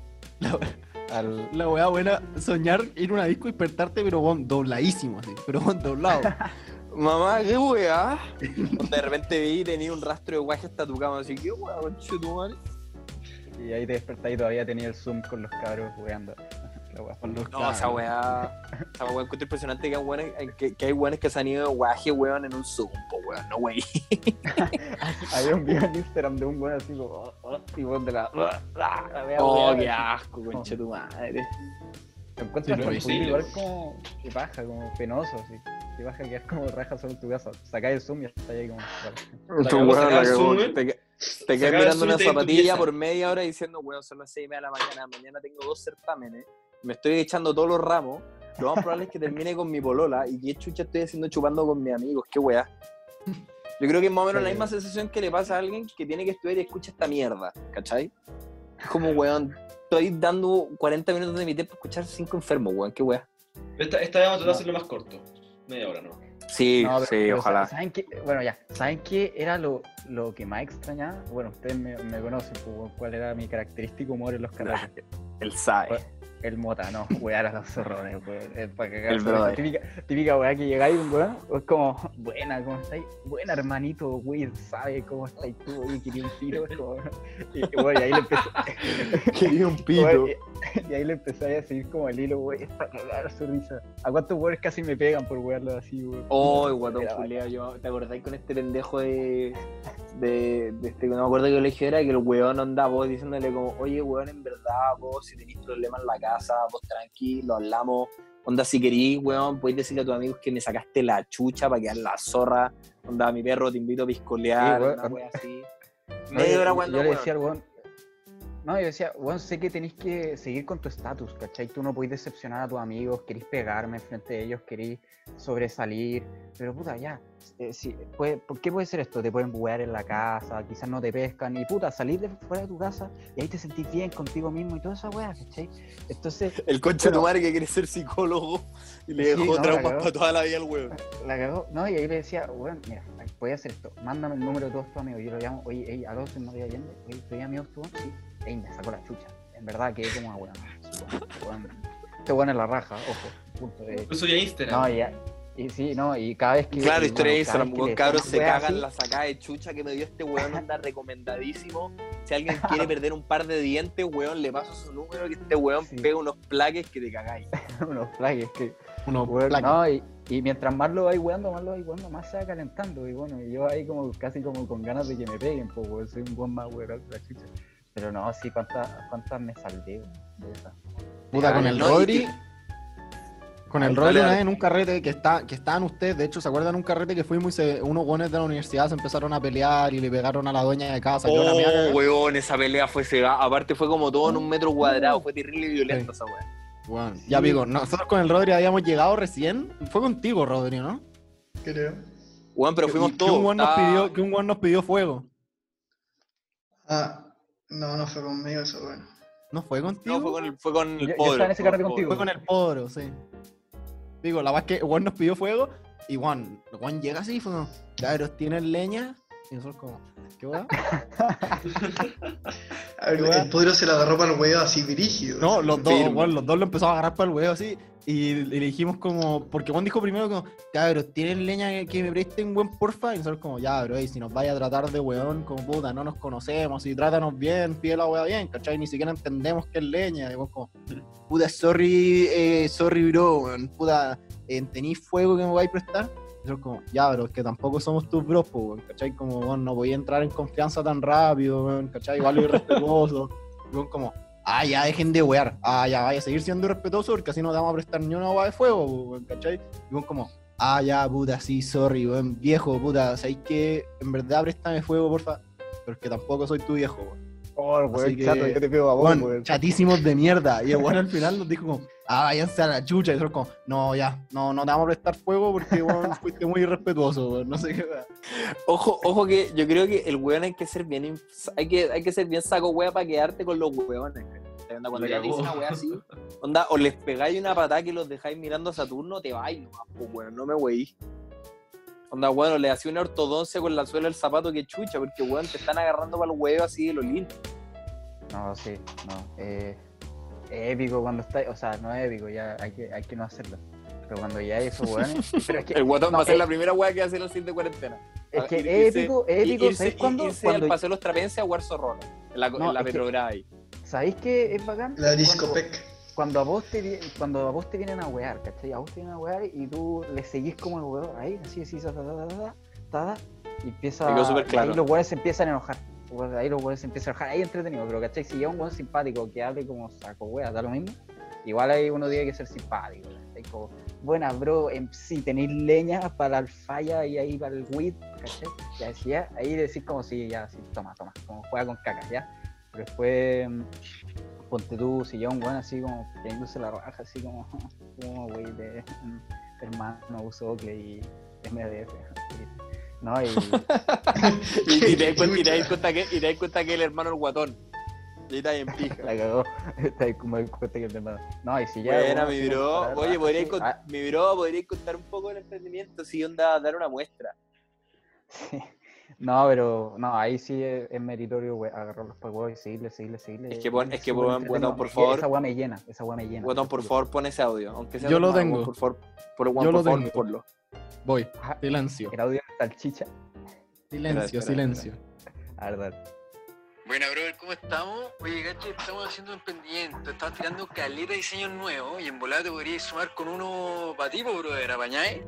[SPEAKER 3] Al...
[SPEAKER 2] La weá buena, soñar ir a una disco y despertarte, pero bon, dobladísimo, así, pero bon, doblado.
[SPEAKER 1] Mamá, qué weá. De repente vi y tenía un rastro de guaje hasta tu cama. Así que, weá, conche tu madre.
[SPEAKER 3] Y ahí te despertáis y todavía tenía el zoom con los cabros jugando. La weá.
[SPEAKER 1] No, esa weá. Esa weá encuentro impresionante que hay weones eh, que, que, hay weones que se han ido de guaje, weón, en un zoom, po, weón. No, wey.
[SPEAKER 3] Había un video en Instagram de un weón así como, oh, oh, y weón de la. la- la- la wea,
[SPEAKER 1] Oh,
[SPEAKER 3] wea,
[SPEAKER 1] qué
[SPEAKER 3] así.
[SPEAKER 1] asco, conche tu madre.
[SPEAKER 3] Lo encuentro
[SPEAKER 5] Sí,
[SPEAKER 3] hasta
[SPEAKER 5] no,
[SPEAKER 3] un
[SPEAKER 5] sí.
[SPEAKER 3] poquito igual como. Qué paja, como penoso, así. Qué paja que es como raja solo en tu casa. Sacáis el zoom y está ahí como.
[SPEAKER 5] La cagó,
[SPEAKER 1] weón,
[SPEAKER 5] sacaba
[SPEAKER 1] la
[SPEAKER 5] el
[SPEAKER 1] cagó.
[SPEAKER 5] zoom, weón.
[SPEAKER 1] Te, ca- te quedas
[SPEAKER 5] Sacaba el
[SPEAKER 1] mirando una
[SPEAKER 5] zoom y te ves tu
[SPEAKER 1] zapatilla
[SPEAKER 5] pieza.
[SPEAKER 1] por media hora diciendo, weón, son las 6 y media de la mañana, mañana tengo dos certámenes, me estoy echando todos los ramos, lo más probable es que termine con mi polola y qué chucha estoy haciendo chupando con mis amigos, qué weá. Yo creo que es más o menos la
[SPEAKER 3] Sí.
[SPEAKER 1] misma sensación que le pasa a alguien que tiene que estudiar y escucha esta mierda, ¿cachai? Es como, weón, estoy dando 40 minutos de mi tiempo a escuchar cinco enfermos, weón, qué weá.
[SPEAKER 5] Esta, esta vez vamos a tratar de
[SPEAKER 3] No.
[SPEAKER 5] hacerlo más corto. Media hora, ¿no?
[SPEAKER 1] Sí,
[SPEAKER 3] No, pero-
[SPEAKER 1] sí,
[SPEAKER 3] pero
[SPEAKER 1] ojalá.
[SPEAKER 3] ¿Saben qué? Bueno, ya. ¿Saben qué era lo, lo que más extrañaba? Bueno, ustedes me, me conocen, pues, weón, cuál era mi característico humor en los canales.
[SPEAKER 1] El SAE.
[SPEAKER 3] El mota, no, wear a los zorrones, weón. Es para cagar.
[SPEAKER 1] El
[SPEAKER 3] pero
[SPEAKER 1] brother.
[SPEAKER 3] Típica, típica weá que llegáis, weón. Es como, buena, ¿cómo estáis? Buena, hermanito, weón. ¿Sabe cómo estáis tú? Y quería un tiro. Es como, y, weón, y ahí le empecé.
[SPEAKER 2] Quería un
[SPEAKER 3] weón, y, y ahí le empecé a decir como el hilo, weón. Es para cagar su risa. ¿A cuántos weones casi me pegan por wearlo así, weón?
[SPEAKER 1] Oh, guatón
[SPEAKER 3] Era-
[SPEAKER 1] culiao, yo ¿te acordáis con este pendejo de, de, de este, no me acuerdo qué colegio era, que el weón andaba vos diciéndole como, oye weón, en verdad vos si tenéis problemas en la casa, vos tranquilo, hablamos, Onda, si querís, weón, podéis decirle a tus amigos que me sacaste la chucha para quedar la zorra. Onda, mi perro te invito a piscolear,
[SPEAKER 3] Sí, weón.
[SPEAKER 1] una wea así.
[SPEAKER 3] No,
[SPEAKER 1] Medio
[SPEAKER 3] yo-
[SPEAKER 1] hora
[SPEAKER 3] yo-
[SPEAKER 1] cuando,
[SPEAKER 3] Eh, Yo le
[SPEAKER 1] weón.
[SPEAKER 3] decía al weón. No, yo decía, weón, sé que tenéis que seguir con tu estatus, ¿cachai? Tú no podéis decepcionar a tus amigos, querís pegarme frente a ellos, querís sobresalir. Pero puta, ya. eh, si- puede- ¿Por qué puede ser esto? Te pueden buguear en la casa, quizás no te pescan, y puta, salir de fuera de tu casa y ahí te sentís bien contigo mismo y toda esa weá, ¿cachai? Entonces,
[SPEAKER 1] El concha de tu madre que quiere ser psicólogo y le
[SPEAKER 3] Sí,
[SPEAKER 1] dejó
[SPEAKER 3] no, la
[SPEAKER 1] traumas
[SPEAKER 3] cagó.
[SPEAKER 1] para toda la vida al weón.
[SPEAKER 3] La cagó. No, y ahí le decía, weón, mira, voy a hacer esto. Mándame el número de todos tus amigos. Yo lo llamo, oye, hey, aló, soy María Allende. Oye, ¿tú tienes amigos tú? Sí. Ey, me sacó la chucha. En verdad quedé como una weón. Te weón en la raja, ojo. Punto. eh.
[SPEAKER 5] Incluso ya Instagram.
[SPEAKER 3] No, y, ya- y sí, no, y cada vez que.
[SPEAKER 1] Claro,
[SPEAKER 3] y
[SPEAKER 1] historia de
[SPEAKER 3] bueno, cada
[SPEAKER 1] Instagram,
[SPEAKER 3] vez que
[SPEAKER 1] weón,
[SPEAKER 3] le
[SPEAKER 1] cabros,
[SPEAKER 3] decía
[SPEAKER 1] se
[SPEAKER 3] una wea
[SPEAKER 1] cagan
[SPEAKER 3] así,
[SPEAKER 1] la sacada de chucha que me dio este weón, anda recomendadísimo. Si alguien quiere perder un par de dientes, weón, le paso su número que este weón
[SPEAKER 3] Sí.
[SPEAKER 1] pega unos plaques que te cagáis.
[SPEAKER 3] unos flags que.
[SPEAKER 2] Uno,
[SPEAKER 3] Weón,
[SPEAKER 2] placa.
[SPEAKER 3] no, y, y mientras más lo vais weando, más lo vais weando, más se va calentando. Y bueno, y yo ahí como casi como con ganas de que me peguen, pues weón, soy un buen más weón que la chucha. Pero no, sí, cuántas cuántas me saldé, weón, de esa.
[SPEAKER 2] Puta, con el
[SPEAKER 1] No, y
[SPEAKER 2] Rodri.
[SPEAKER 1] que-
[SPEAKER 2] Con el
[SPEAKER 1] Dale,
[SPEAKER 2] Rodri una
[SPEAKER 1] dale.
[SPEAKER 2] vez en un carrete que, está, que estaban ustedes, de hecho, ¿se acuerdan un carrete que fuimos y se- unos gones de la universidad se empezaron a pelear y le pegaron a la dueña de casa? yo la media
[SPEAKER 1] Oh,
[SPEAKER 2] cagada?
[SPEAKER 1] weón, esa pelea fue cegada. Aparte fue como todo en un metro cuadrado, fue terrible y violento esa weón.
[SPEAKER 2] Weón, Ya pico, nosotros con el Rodri habíamos llegado recién. Fue contigo, Rodri, ¿no?
[SPEAKER 4] creo.
[SPEAKER 1] Weón, pero
[SPEAKER 2] Que-
[SPEAKER 1] fuimos
[SPEAKER 2] Que
[SPEAKER 1] todos. Ah.
[SPEAKER 2] un weón nos
[SPEAKER 1] estaba-
[SPEAKER 2] pidió, que un weón nos pidió fuego.
[SPEAKER 4] Ah, no, no fue conmigo eso, bueno.
[SPEAKER 2] ¿No fue contigo?
[SPEAKER 1] No, fue con el, fue con
[SPEAKER 3] Yo-
[SPEAKER 1] el
[SPEAKER 3] yo
[SPEAKER 1] podro,
[SPEAKER 3] estaba en ese
[SPEAKER 1] fue
[SPEAKER 3] carrete
[SPEAKER 1] con el
[SPEAKER 3] contigo.
[SPEAKER 2] Fue con el podro, sí. Digo, la verdad es que Juan nos pidió fuego y Juan, Juan llega así y fue como, cabros, ¿tienen leña? Y nosotros como, ¿qué weón?
[SPEAKER 4] A ver,
[SPEAKER 2] Weón.
[SPEAKER 4] el podro se la agarró para el huevo así dirigido.
[SPEAKER 2] No, los dos,
[SPEAKER 1] Firme.
[SPEAKER 2] weón, los dos lo empezó a agarrar para el huevo así. Y, y le dijimos como, porque Juan dijo primero como, cabros, ¿tienen leña que, que me presten, buen porfa? Y nosotros como, ya, bro, ey, si nos vaya a tratar de weón, como puta, no nos conocemos, y trátanos bien, pide la wea bien, ¿cachai? Ni siquiera entendemos qué es leña. Y Juan como, puta, sorry, eh, sorry, bro, weón, puta, eh, ¿tenís fuego que me vais a prestar? Y nosotros como, ya, bro, es que tampoco somos tus bros, po, weón, ¿cachai? Como, weón, no voy a entrar en confianza tan rápido, weón, ¿cachai? Igual es irrespetuoso. Y Juan como, Ah, ya dejen de wear. Ah, ya vaya a seguir siendo respetuoso porque así no te vamos a prestar ni una agua de fuego, po, weón, ¿cachai? Y weón como, ah, ya, puta, sí, sorry, weón, viejo, puta, sabéis que en verdad préstame fuego, porfa, pero es que tampoco soy tu viejo, weón.
[SPEAKER 3] Oh, el
[SPEAKER 2] Así
[SPEAKER 3] weón
[SPEAKER 2] que,
[SPEAKER 3] chato, yo te pego a vos,
[SPEAKER 2] Weón,
[SPEAKER 3] weón.
[SPEAKER 2] chatísimos de mierda. Y el weón al final nos dijo como, ah, váyanse a la chucha. Y nosotros como, no, ya, no, no te vamos a prestar fuego porque, weón, fuiste muy irrespetuoso, weón, no sé qué. weón.
[SPEAKER 1] Ojo, ojo que yo creo que el weón hay que ser bien inf- hay que, hay que ser bien saco wea para quedarte con los weones. ¿cachai? Onda, Cuando
[SPEAKER 5] La
[SPEAKER 1] ya te
[SPEAKER 5] cagó.
[SPEAKER 1] dicen una wea así, onda, o les pegáis una patada que los dejáis mirando a Saturno, te vais, no, pues weón, no me weís. Onda, bueno, le hacía una ortodoncia con la suela del zapato que chucha, porque weón, te están agarrando para el huevo así de lo lindo.
[SPEAKER 3] No, sí, no. eh, es épico cuando está, o sea, no es épico, ya hay que, hay que no hacerlo. Pero cuando ya hay esos weones. pero es que,
[SPEAKER 1] El guatón
[SPEAKER 3] no,
[SPEAKER 1] va a ser
[SPEAKER 3] es-
[SPEAKER 1] la primera wea que hace los cines de cuarentena.
[SPEAKER 3] es que
[SPEAKER 1] ir- irse-
[SPEAKER 3] épico, es épico,
[SPEAKER 1] irse,
[SPEAKER 3] ¿sabéis cuándo?
[SPEAKER 1] irse
[SPEAKER 3] Cuando-
[SPEAKER 1] al paseo de los trapenses a jugar zorrona, en la,
[SPEAKER 3] No,
[SPEAKER 1] en la
[SPEAKER 3] es que-
[SPEAKER 1] Petrograda ahí.
[SPEAKER 3] ¿Sabéis qué es bacán?
[SPEAKER 4] La
[SPEAKER 3] Cuando-
[SPEAKER 4] discopec.
[SPEAKER 3] cuando a vos te vi- cuando a vos te vienen a wear, ¿cachai? A vos te vienen a wear y tú le seguís como el weón ahí, así, así, ta, ta, ta, ta, ta, ta, y empieza.
[SPEAKER 1] Me quedó súper
[SPEAKER 3] y
[SPEAKER 1] claro.
[SPEAKER 3] Ahí los weones se empiezan a enojar. weón, Ahí los weones se empiezan a enojar, ahí es entretenido, pero ¿cachai? Si llega un weón simpático que hable como saco wea, da lo mismo. Igual ahí uno tiene que ser simpático, ¿cachai? Como, buenas bro, em, si tenéis leña para el falla y ahí para el weed, ¿cachai? Ya decía, ahí decís como si ya, sí, toma, toma, como juega con caca, ya. Pero después, mm, ponte tú, si yo un weón así como poniéndose la raja, así como, como güey de mm, hermano, uso Oakley y MDF. así. No, y
[SPEAKER 1] Y, y te das cuenta, y te das cuenta que, y te das cuenta que el hermano el guatón. Y ahí está en pija.
[SPEAKER 3] la cagó. Está ahí como el corte que el hermano. No, y si ya.
[SPEAKER 1] Buena,
[SPEAKER 3] bueno,
[SPEAKER 1] mi
[SPEAKER 3] así como
[SPEAKER 1] bro.
[SPEAKER 3] para la
[SPEAKER 1] Oye,
[SPEAKER 3] raja,
[SPEAKER 1] podríais
[SPEAKER 3] así,
[SPEAKER 1] cont-
[SPEAKER 3] ah,
[SPEAKER 1] mi bro, podríais contar un poco del emprendimiento. Si onda, dar una muestra.
[SPEAKER 3] sí. No, pero no, ahí sí es, es meritorio güey, agarrarlos por huevo y seguirle, seguirle, seguirle.
[SPEAKER 1] Es que, weón, es que,
[SPEAKER 3] súper
[SPEAKER 1] weón,
[SPEAKER 3] entretenido.
[SPEAKER 1] weón, por
[SPEAKER 3] Es que
[SPEAKER 1] favor.
[SPEAKER 3] Esa weá me llena, esa weá me llena.
[SPEAKER 1] Guatón, por favor, pon ese audio. Aunque sea
[SPEAKER 2] Yo lo
[SPEAKER 1] normal,
[SPEAKER 2] tengo.
[SPEAKER 1] weón, Por favor, por, weón,
[SPEAKER 2] Yo
[SPEAKER 1] por
[SPEAKER 2] lo
[SPEAKER 1] favor,
[SPEAKER 2] tengo.
[SPEAKER 1] ponlo.
[SPEAKER 2] Voy,
[SPEAKER 3] Ajá,
[SPEAKER 2] silencio,
[SPEAKER 3] El audio de salchicha.
[SPEAKER 2] silencio,
[SPEAKER 1] espera,
[SPEAKER 2] silencio.
[SPEAKER 3] A ver, dale.
[SPEAKER 6] Bueno, brother, ¿cómo estamos? Oye, gache, estamos haciendo un pendiente, estamos tirando caleta de diseños nuevos y en volada te podrías sumar con uno para ti, po, brother, ¿apañáis?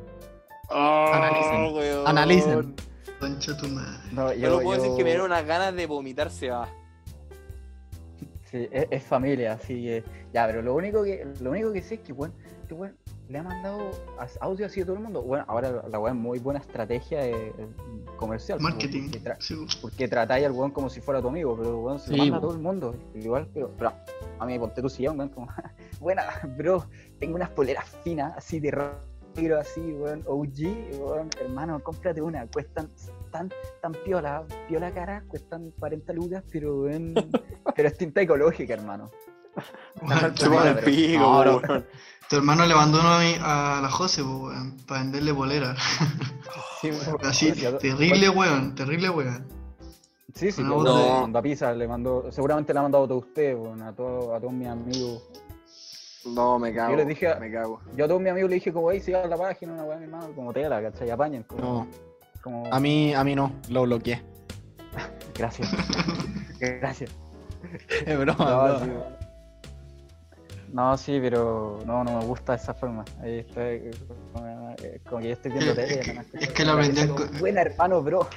[SPEAKER 1] Ah,
[SPEAKER 2] Analicen.
[SPEAKER 1] weón.
[SPEAKER 2] Analicen.
[SPEAKER 4] Concha tu madre.
[SPEAKER 3] No, yo,
[SPEAKER 1] Solo puedo decir
[SPEAKER 3] yo-
[SPEAKER 1] que me dieron unas ganas de vomitar, se va.
[SPEAKER 3] Sí, es, es familia, así que. Ya, pero lo único que, lo único que sé es que, weón, este weón le ha mandado as- audio así a todo el mundo. Bueno, ahora la- la weá es muy buena estrategia eh, eh, comercial. pues,
[SPEAKER 4] Marketing.
[SPEAKER 3] porque tra-
[SPEAKER 4] Sí, pues.
[SPEAKER 3] porque tratáis al weón como si fuera tu amigo, pero el weón se lo
[SPEAKER 2] Sí,
[SPEAKER 3] manda a
[SPEAKER 2] po.
[SPEAKER 3] todo el mundo. Igual, pero, pero a mí me ponte tu sillón, weón, como, buena, bro, tengo unas poleras finas, así de ra- negro, así, weón, OG, weón, hermano, cómprate una, cuestan tan, tan piola, piola cara, cuestan 40 lucas, pero weón, pero es tinta ecológica, hermano.
[SPEAKER 4] Bueno,
[SPEAKER 1] Se pone el
[SPEAKER 3] pero-
[SPEAKER 1] pico,
[SPEAKER 2] ahora-
[SPEAKER 1] weón.
[SPEAKER 4] Tu hermano le mandó uno a, mí, a la Jose, pues, weón, para venderle bolera.
[SPEAKER 3] Sí, weón.
[SPEAKER 4] Así,
[SPEAKER 3] Y a-
[SPEAKER 4] terrible weón, terrible weón.
[SPEAKER 3] Sí, sí,
[SPEAKER 1] no.
[SPEAKER 3] no,
[SPEAKER 4] No,
[SPEAKER 3] le mandó a Pisa, le mandó, seguramente le ha mandado a todos ustedes, weón, a todos, a todos mis amigos.
[SPEAKER 1] No, me cago.
[SPEAKER 3] Yo les dije a-
[SPEAKER 1] Me cago.
[SPEAKER 3] Yo a todos mis amigos le dije como, hey, sigan la página, una weá, mi hermano, como tela, ¿cachai? Apañen, como,
[SPEAKER 2] No,
[SPEAKER 3] como-
[SPEAKER 2] a mí, a mí no, lo bloqueé.
[SPEAKER 3] Gracias. Gracias.
[SPEAKER 2] Es broma,
[SPEAKER 4] Ah,
[SPEAKER 3] No,
[SPEAKER 2] no.
[SPEAKER 3] sí, No, sí, pero no, no me gusta esa forma. Ahí estoy, como, eh, como que yo estoy viendo
[SPEAKER 4] Es que-
[SPEAKER 3] tele.
[SPEAKER 4] es
[SPEAKER 3] nada más.
[SPEAKER 4] es que la aprendí al co-
[SPEAKER 3] Como, Buena hermano, bro.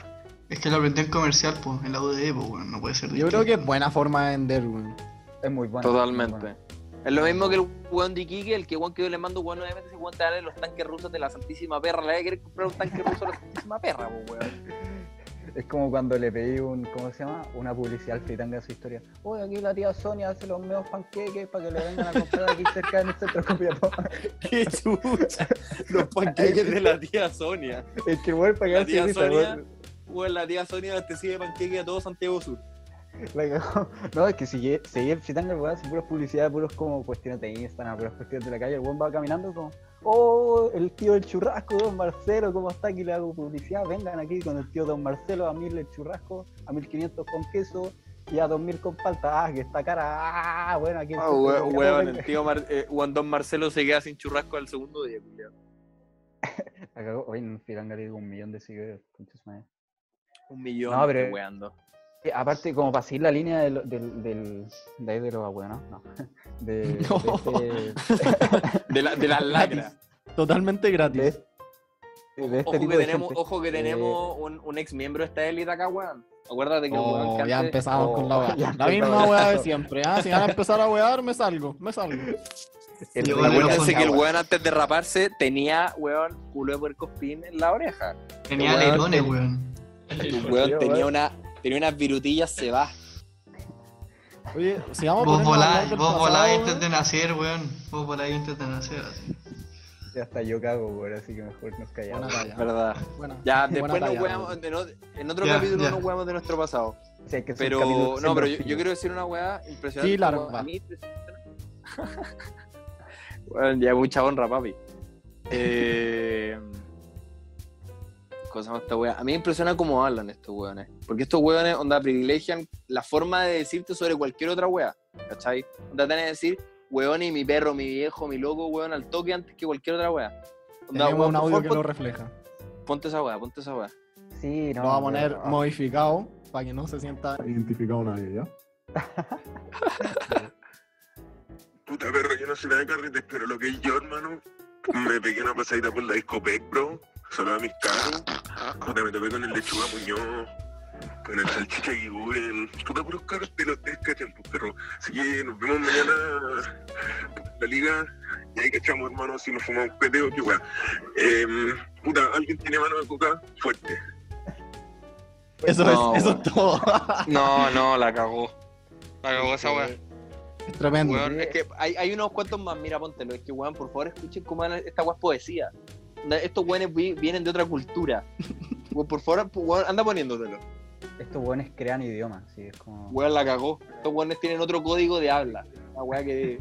[SPEAKER 4] Es que lo aprendió en comercial, pues, en la UDE, pues, weón, no puede ser.
[SPEAKER 2] Yo
[SPEAKER 4] distinto.
[SPEAKER 2] creo que es buena forma de vender, weón.
[SPEAKER 3] Es muy bueno. muy
[SPEAKER 1] Totalmente.
[SPEAKER 3] bueno.
[SPEAKER 1] Es lo mismo que el weón de Iquique, el que weón que yo le mando, weón, obviamente ese weón te vale los tanques rusos de la Santísima Perra. Le va a querer comprar un tanque ruso de la Santísima Perra, pues, weón.
[SPEAKER 3] Es como cuando le pedí un, ¿cómo se llama? Una publicidad al fritanga de su historia. Oye, aquí la tía Sonia hace los meos panqueques para que le vengan a comprar aquí cerca de nuestro centro copiapó.
[SPEAKER 1] Qué chucha. Los panqueques de la tía Sonia.
[SPEAKER 3] Es que bueno, para que
[SPEAKER 1] La tía
[SPEAKER 3] así,
[SPEAKER 1] Sonia. Weón, la tía Sonia abastecía de panqueques a todo Santiago Sur.
[SPEAKER 3] La cagó. No, es que si seguí el Fitanga, el weón hace puras publicidades, puros como cuestiones de Instagram, puras cuestiones de la calle. El weón va caminando como, oh, el tío del churrasco, don Marcelo, ¿cómo está? Aquí le hago publicidad. Vengan aquí con el tío don Marcelo a mil el churrasco, a 1500 con queso y a 2000 con palta. Ah, que está cara. Ah, bueno, aquí. el
[SPEAKER 1] Ah,
[SPEAKER 3] centro
[SPEAKER 1] we-
[SPEAKER 3] comercial,
[SPEAKER 1] weón,
[SPEAKER 3] venga.
[SPEAKER 1] el tío Mar- eh, Juan Don Marcelo se queda sin churrasco al segundo día, culiao.
[SPEAKER 3] La cagó. Oye, en Fitanga le digo un millón de seguidores. concha su madre.
[SPEAKER 1] Un millón
[SPEAKER 3] No,
[SPEAKER 1] no,
[SPEAKER 3] pero-
[SPEAKER 1] weando.
[SPEAKER 3] Eh, Aparte, como para seguir la línea del, del, del, de ahí de los abuelos, ¿no? De, de
[SPEAKER 2] No.
[SPEAKER 3] este-
[SPEAKER 1] De, la, de las lacras.
[SPEAKER 2] Totalmente
[SPEAKER 3] de,
[SPEAKER 2] gratis.
[SPEAKER 3] este- de este
[SPEAKER 1] Ojo
[SPEAKER 3] tipo
[SPEAKER 1] que,
[SPEAKER 3] de
[SPEAKER 1] tenemos,
[SPEAKER 3] gente.
[SPEAKER 1] ojo que
[SPEAKER 3] Eh,
[SPEAKER 1] tenemos un, un ex miembro de esta élite acá, weón. Acuérdate que el weón
[SPEAKER 2] Oh,
[SPEAKER 1] que
[SPEAKER 2] ya
[SPEAKER 1] antes-
[SPEAKER 2] empezamos
[SPEAKER 3] oh,
[SPEAKER 2] con la weá.
[SPEAKER 3] ya
[SPEAKER 2] La
[SPEAKER 3] empezamos.
[SPEAKER 2] misma weá de siempre. ¿ah? Si van a empezar a wear, me salgo, me salgo.
[SPEAKER 3] el
[SPEAKER 4] Yo
[SPEAKER 3] de la
[SPEAKER 4] creo
[SPEAKER 3] abuela
[SPEAKER 4] que
[SPEAKER 1] Acuérdense
[SPEAKER 3] con
[SPEAKER 4] fue
[SPEAKER 1] que Oh, el
[SPEAKER 3] agua.
[SPEAKER 1] weón antes de raparse tenía, weón, culo de puercospín en la oreja.
[SPEAKER 4] Tenía
[SPEAKER 1] weón,
[SPEAKER 4] alerones,
[SPEAKER 1] el-
[SPEAKER 4] weón.
[SPEAKER 1] El
[SPEAKER 5] Alerones.
[SPEAKER 1] weón
[SPEAKER 3] weón.
[SPEAKER 1] tenía, una, tenía unas virutillas va
[SPEAKER 2] Oye, si vamos a ponernos
[SPEAKER 4] Vos
[SPEAKER 2] a hablar
[SPEAKER 4] voláis,
[SPEAKER 2] del
[SPEAKER 4] vos
[SPEAKER 2] pasado,
[SPEAKER 4] voláis
[SPEAKER 2] weón,
[SPEAKER 4] antes de nacer, weón. Vos voláis antes de nacer. así.
[SPEAKER 3] Ya hasta yo cago, güey, así que mejor nos
[SPEAKER 2] Buena
[SPEAKER 3] callamos.
[SPEAKER 2] talla.
[SPEAKER 1] ¿Verdad?
[SPEAKER 2] Buena.
[SPEAKER 1] Ya,
[SPEAKER 2] buena
[SPEAKER 1] después nos
[SPEAKER 2] talla,
[SPEAKER 1] weamos,
[SPEAKER 2] weón.
[SPEAKER 1] en o- en otro
[SPEAKER 4] Ya,
[SPEAKER 1] capítulo
[SPEAKER 4] ya.
[SPEAKER 1] nos weamos de nuestro pasado.
[SPEAKER 3] O sea, que es un capítulo
[SPEAKER 1] Pero,
[SPEAKER 3] sin
[SPEAKER 1] no, pero yo, yo
[SPEAKER 3] bronquillo.
[SPEAKER 1] quiero decir una weá impresionante.
[SPEAKER 2] Sí, larga.
[SPEAKER 1] como a mí impresionante. Bueno, ya mucha honra, papi. Eh, ¿Cómo se llama esta weá? A mí me impresiona cómo hablan estos weones. Porque estos weones, onda, privilegian la forma de decirte sobre cualquier otra weá. ¿Cachai? Onda, tenés que decir, weón y mi perro, mi viejo, mi loco, weón, al toque antes que cualquier otra weá. Onda, weón,
[SPEAKER 2] Tenemos un
[SPEAKER 1] por
[SPEAKER 2] audio
[SPEAKER 1] favor,
[SPEAKER 2] que
[SPEAKER 1] pon-
[SPEAKER 2] lo refleja.
[SPEAKER 1] ponte esa weá, ponte esa weá.
[SPEAKER 3] Sí, no.
[SPEAKER 2] Lo va a
[SPEAKER 3] no,
[SPEAKER 2] poner
[SPEAKER 3] no.
[SPEAKER 2] modificado para que no se sienta.
[SPEAKER 7] identificado nadie, ¿ya?
[SPEAKER 8] Puta perro, yo no sé nada de carretes, pero lo que es yo, hermano, me pegué una pasadita por la discopec, bro. Sonaba mis caros. Puta, me topé con el lechuga Muñoz, con el salchicha y Google. Puta, puros caros pelotes, cachan, pues perro. Así que nos vemos mañana en la liga. Y ahí cachamos, hermano, si nos fumamos un peteo, qué weá. Em, puta, ¿alguien tiene mano de coca? Fuerte.
[SPEAKER 2] Eso
[SPEAKER 1] No,
[SPEAKER 2] es, eso
[SPEAKER 1] weón.
[SPEAKER 2] es todo.
[SPEAKER 1] No, no, la cagó. La cagó esa weá.
[SPEAKER 2] Es tremendo.
[SPEAKER 1] Weón, es que hay, hay unos cuantos más, mira, póntelo. Es que, weón, por favor, escuchen cómo era- esta weá es poesía. Onda, Estos weones vi- vienen de otra cultura. Weón, por favor, pu- weón, anda poniéndotelo.
[SPEAKER 3] Estos buenos crean idiomas, sí, es como.
[SPEAKER 1] Weón, la cagó. Estos weones tienen otro código de habla. La weá que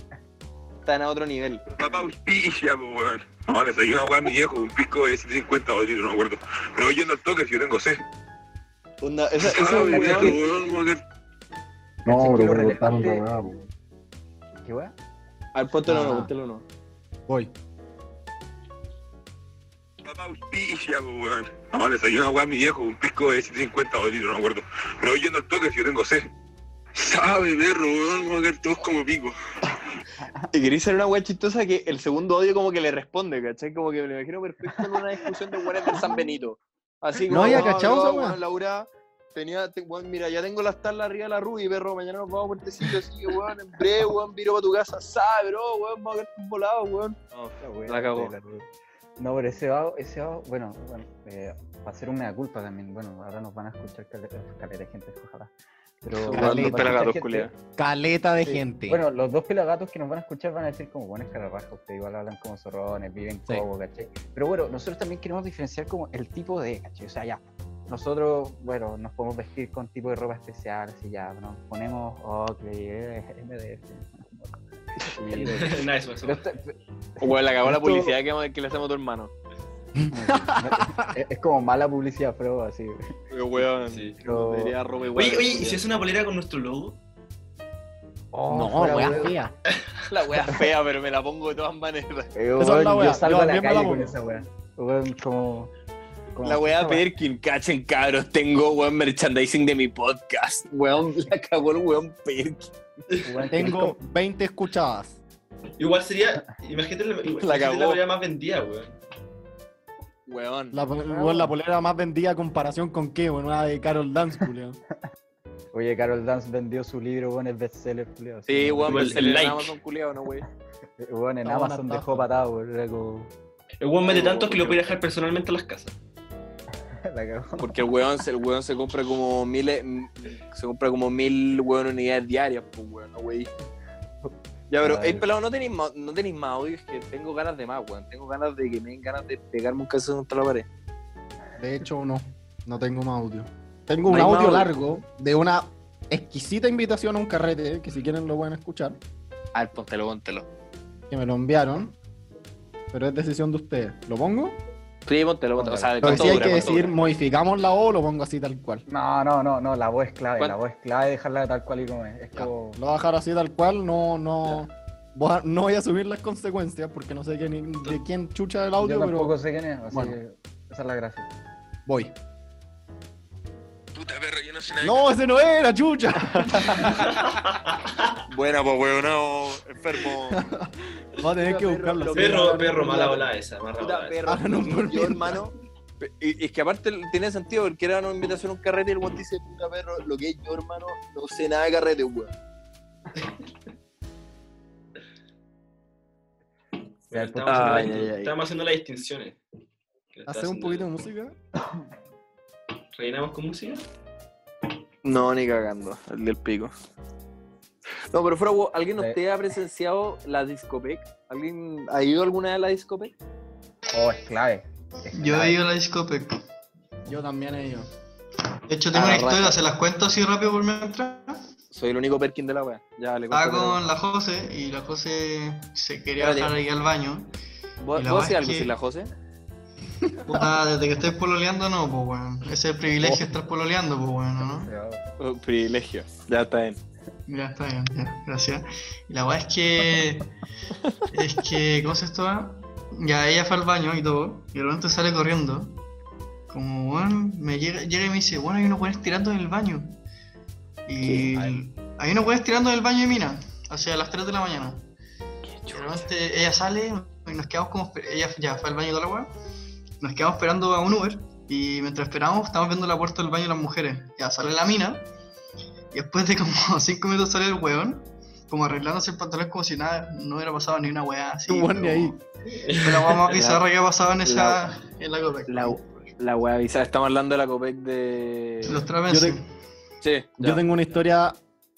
[SPEAKER 1] están a otro nivel.
[SPEAKER 8] Papá, un pilla, po, weón. No, le seguí una weá a mi viejo, un pico de 150 o no me acuerdo. Pero yo no toque si yo tengo sed.
[SPEAKER 1] Onda, esa, esa
[SPEAKER 8] Ah,
[SPEAKER 1] weá-
[SPEAKER 8] weón, weón, como que-
[SPEAKER 7] No,
[SPEAKER 3] Así que
[SPEAKER 7] pero
[SPEAKER 3] lo
[SPEAKER 7] me cortaron la
[SPEAKER 3] relevante-
[SPEAKER 7] weá, po.
[SPEAKER 3] ¿Qué weá?
[SPEAKER 1] Al póntelo no,
[SPEAKER 2] Ah.
[SPEAKER 1] póntelo no.
[SPEAKER 2] Voy.
[SPEAKER 8] Papá, un pilla, po, weón. No, le seguí una weá a mi viejo, un pico de 150 o no me acuerdo. Pero yo no toque si yo tengo sed. Sabe, perro, weón, como que todos como pico.
[SPEAKER 1] Y quería ser una weá chistosa que el segundo odio como que le responde, ¿cachai? Como que me lo imagino perfecto en una discusión de weones del San Benito. Así
[SPEAKER 2] No
[SPEAKER 1] como,
[SPEAKER 2] había
[SPEAKER 1] "Ah,
[SPEAKER 2] cachado esa weá".
[SPEAKER 1] weón, Laura, Tenía, te- weón, mira, ya tengo las tablas arriba de la Ruby, perro. Mañana nos vamos a puertecito así, que, weón. En breve, weón, viro para tu casa. Sabe, bro, weón, vamos a quedar volado, weón.
[SPEAKER 3] La wea
[SPEAKER 1] La cagó.
[SPEAKER 3] de Rubí. No, pero ese vago, ese vago, bueno, bueno eh, para hacer una culpa también, bueno, ahora nos van a escuchar caleta, caleta de gente, ojalá. Pero
[SPEAKER 2] Caleta,
[SPEAKER 3] nos va a escuchar
[SPEAKER 1] pelagatos,
[SPEAKER 3] gente-
[SPEAKER 1] culiao.
[SPEAKER 2] Caleta de
[SPEAKER 3] sí.
[SPEAKER 2] gente.
[SPEAKER 3] Bueno, los dos pelagatos que nos van a escuchar van a decir como buenas carabajos, ustedes igual hablan como zorrones, viven
[SPEAKER 2] Sí.
[SPEAKER 3] como, ¿cachai? Pero bueno, nosotros también queremos diferenciar como el tipo de, ¿cachai? O sea, ya, nosotros, bueno, nos podemos vestir con tipo de ropa especial, así ya, nos ponemos, oh, que eh, MDF. Y-
[SPEAKER 5] Nice, Max.
[SPEAKER 3] pero esto-
[SPEAKER 1] Weón, la cagó la
[SPEAKER 3] Esto-
[SPEAKER 1] publicidad que, vamos- que le hacemos a tu hermano.
[SPEAKER 3] es, es como mala publicidad, pero así.
[SPEAKER 1] Weón,
[SPEAKER 5] Sí.
[SPEAKER 3] Pero...
[SPEAKER 1] Debería ropa igual.
[SPEAKER 5] Oye, oye, ¿y si es una polera con nuestro logo?
[SPEAKER 3] Oh,
[SPEAKER 2] no,
[SPEAKER 3] fuera,
[SPEAKER 2] weá
[SPEAKER 3] weón.
[SPEAKER 2] fea.
[SPEAKER 1] La wea fea, pero me la pongo de todas maneras.
[SPEAKER 3] Eh,
[SPEAKER 2] Esa es la
[SPEAKER 3] weón,
[SPEAKER 2] weá,
[SPEAKER 3] Yo salgo
[SPEAKER 2] yo
[SPEAKER 3] a la
[SPEAKER 2] también me
[SPEAKER 3] calle
[SPEAKER 2] la
[SPEAKER 3] con
[SPEAKER 2] pongo.
[SPEAKER 3] esa weá. Weón, como. como-
[SPEAKER 1] La wea
[SPEAKER 3] esa
[SPEAKER 1] Perkin, cachen cabros, tengo weón merchandising de mi podcast. Weón, la cagó el weón Perkin.
[SPEAKER 3] weón,
[SPEAKER 2] Tengo 20 escuchadas.
[SPEAKER 5] Igual sería. Imagínate la, imagínate la,
[SPEAKER 1] cagó.
[SPEAKER 5] polera más vendida, weón.
[SPEAKER 1] Weón.
[SPEAKER 2] La, weón, la polera más vendida a comparación con qué, weón, una de Carol Dance, culiao.
[SPEAKER 3] Oye, Carol Dance vendió su libro, weón, el bestseller, culiao.
[SPEAKER 1] Sí, weón,
[SPEAKER 5] Como
[SPEAKER 1] pero
[SPEAKER 5] el-
[SPEAKER 1] se
[SPEAKER 5] el
[SPEAKER 1] le da
[SPEAKER 5] Nike.
[SPEAKER 1] Amazon culeado, ¿no, wey?
[SPEAKER 3] Eh, weón, en
[SPEAKER 2] Está buena
[SPEAKER 3] Amazon
[SPEAKER 2] taza.
[SPEAKER 3] dejó patado, weón. Era como.
[SPEAKER 5] El weón mete tantos que lo puede dejar personalmente a las casas.
[SPEAKER 3] La cagó.
[SPEAKER 1] Porque el weón, se- el weón se compra como miles, se compra como mil weón unidades diarias, pues weón, no wey. Ya, pero,
[SPEAKER 3] Ay.
[SPEAKER 1] hey, pelado, no tenéis más, no tenéis más audio, es que tengo ganas de más, weón. Tengo ganas de que me den ganas de pegarme un caso contra la pared.
[SPEAKER 2] De hecho, no. No tengo más audio.
[SPEAKER 1] No
[SPEAKER 2] Tengo un
[SPEAKER 1] hay más
[SPEAKER 2] audio
[SPEAKER 1] audio.
[SPEAKER 2] largo de una exquisita invitación a un carrete, que si quieren lo pueden escuchar,
[SPEAKER 1] A ver, póntelo, póntelo.
[SPEAKER 2] que me lo enviaron. Pero es decisión de ustedes. ¿Lo pongo?
[SPEAKER 1] Sí, póntelo, póntelo. O sea, ¿de
[SPEAKER 2] Lo que
[SPEAKER 1] cuánto
[SPEAKER 2] sí hay
[SPEAKER 1] dura?
[SPEAKER 2] que
[SPEAKER 1] ¿Cuánto
[SPEAKER 2] decir,
[SPEAKER 1] dura?
[SPEAKER 2] modificamos la O o lo pongo así tal cual.
[SPEAKER 3] No, no, no, no, la voz es clave,
[SPEAKER 1] ¿Cuán-
[SPEAKER 3] la voz es clave dejarla tal cual y como es. Es
[SPEAKER 2] Ya,
[SPEAKER 1] Oh.
[SPEAKER 3] como.
[SPEAKER 2] Lo voy a dejar así tal cual, no, no. voy a- no voy a subir las consecuencias porque no sé quién- de quién chucha el audio,
[SPEAKER 3] yo tampoco
[SPEAKER 2] pero
[SPEAKER 3] sé quién es, así
[SPEAKER 2] bueno.
[SPEAKER 3] que esa es la gracia.
[SPEAKER 2] voy.
[SPEAKER 6] Puta perro, yo no sé nada.
[SPEAKER 2] No, ese no era, chucha.
[SPEAKER 8] Buena, pues, weonao, enfermo.
[SPEAKER 2] Voy a tener que
[SPEAKER 1] Perro,
[SPEAKER 2] buscarlo.
[SPEAKER 1] lo
[SPEAKER 2] sí.
[SPEAKER 5] Perro, perro, mala ola esa, mala
[SPEAKER 1] Puta,
[SPEAKER 5] ola esa.
[SPEAKER 1] perro.
[SPEAKER 2] Ah, no, por
[SPEAKER 1] yo,
[SPEAKER 2] mierda.
[SPEAKER 1] hermano. pe- Y, y es que aparte tiene sentido porque era una invitación a un carrete y el weón dice, puta perro, lo que es yo, hermano, no sé nada de carrete, weón.
[SPEAKER 3] Ya, el podcast-
[SPEAKER 5] Estamos
[SPEAKER 1] Ah,
[SPEAKER 5] haciendo la
[SPEAKER 1] ay,
[SPEAKER 5] distin-
[SPEAKER 1] ay, ay.
[SPEAKER 5] estamos haciendo las distinciones.
[SPEAKER 2] Hacer un poquito de música.
[SPEAKER 5] ¿Rellenamos con música?
[SPEAKER 1] No, ni cagando, el del pico. No, pero fuera, huevo, ¿alguien de
[SPEAKER 3] Eh.
[SPEAKER 1] usted ha presenciado la discopec? ¿Alguien ha ido alguna vez a la discopec?
[SPEAKER 3] Oh, es clave. es
[SPEAKER 4] Yo
[SPEAKER 3] clave.
[SPEAKER 4] he ido a la discoteca.
[SPEAKER 2] Yo también he ido.
[SPEAKER 4] De hecho, tengo
[SPEAKER 1] Ah,
[SPEAKER 4] una
[SPEAKER 1] raja.
[SPEAKER 4] historia, se las cuento así rápido por mientras.
[SPEAKER 1] Soy el único Perkin de la wea. Ya le
[SPEAKER 4] Estaba
[SPEAKER 1] cuento,
[SPEAKER 4] con la Jose y la Jose se quería
[SPEAKER 1] Espérate.
[SPEAKER 4] bajar ahí al baño.
[SPEAKER 1] pero-
[SPEAKER 4] y
[SPEAKER 1] ¿Vos,
[SPEAKER 4] la
[SPEAKER 1] vos
[SPEAKER 4] wea
[SPEAKER 1] hacías
[SPEAKER 4] es
[SPEAKER 1] algo
[SPEAKER 4] que-
[SPEAKER 1] sin la José?
[SPEAKER 4] Puta, desde que estoy pololeando, no, pues weón. Ese es el privilegio de estar pololeando, pues bueno, ¿no?
[SPEAKER 1] privilegio, ya está bien.
[SPEAKER 4] Ya, está bien, ya, gracias. Y la verdad es que. Es que, ¿cómo se estaba? Ya ella fue al baño y todo, y de repente sale corriendo. Como, bueno, me llega, llega y me dice, bueno, hay unos weones tirando en el baño. Y. Hay unos weones tirando en el baño de mina, hacia las 3 de la mañana. Y de repente este, ella sale, y nos quedamos como. esper- Ella ya fue al baño de la weá. Nos quedamos esperando a un Uber, y mientras esperamos, estamos viendo la puerta del baño de las mujeres. Ya sale la mina. Y después de como 5 minutos sale el weón, como arreglándose el pantalón como si nada, no hubiera pasado ni una weá así.
[SPEAKER 2] Un weón
[SPEAKER 4] pero-
[SPEAKER 2] ni ahí.
[SPEAKER 4] Pero la weá más
[SPEAKER 1] La-
[SPEAKER 4] bizarra que ha pasado en esa. en la Copec.
[SPEAKER 1] la- La wea avisada, estamos hablando de la Copec de.
[SPEAKER 4] Los trapenses.
[SPEAKER 2] Yo te-
[SPEAKER 1] Sí,
[SPEAKER 2] Yo tengo una historia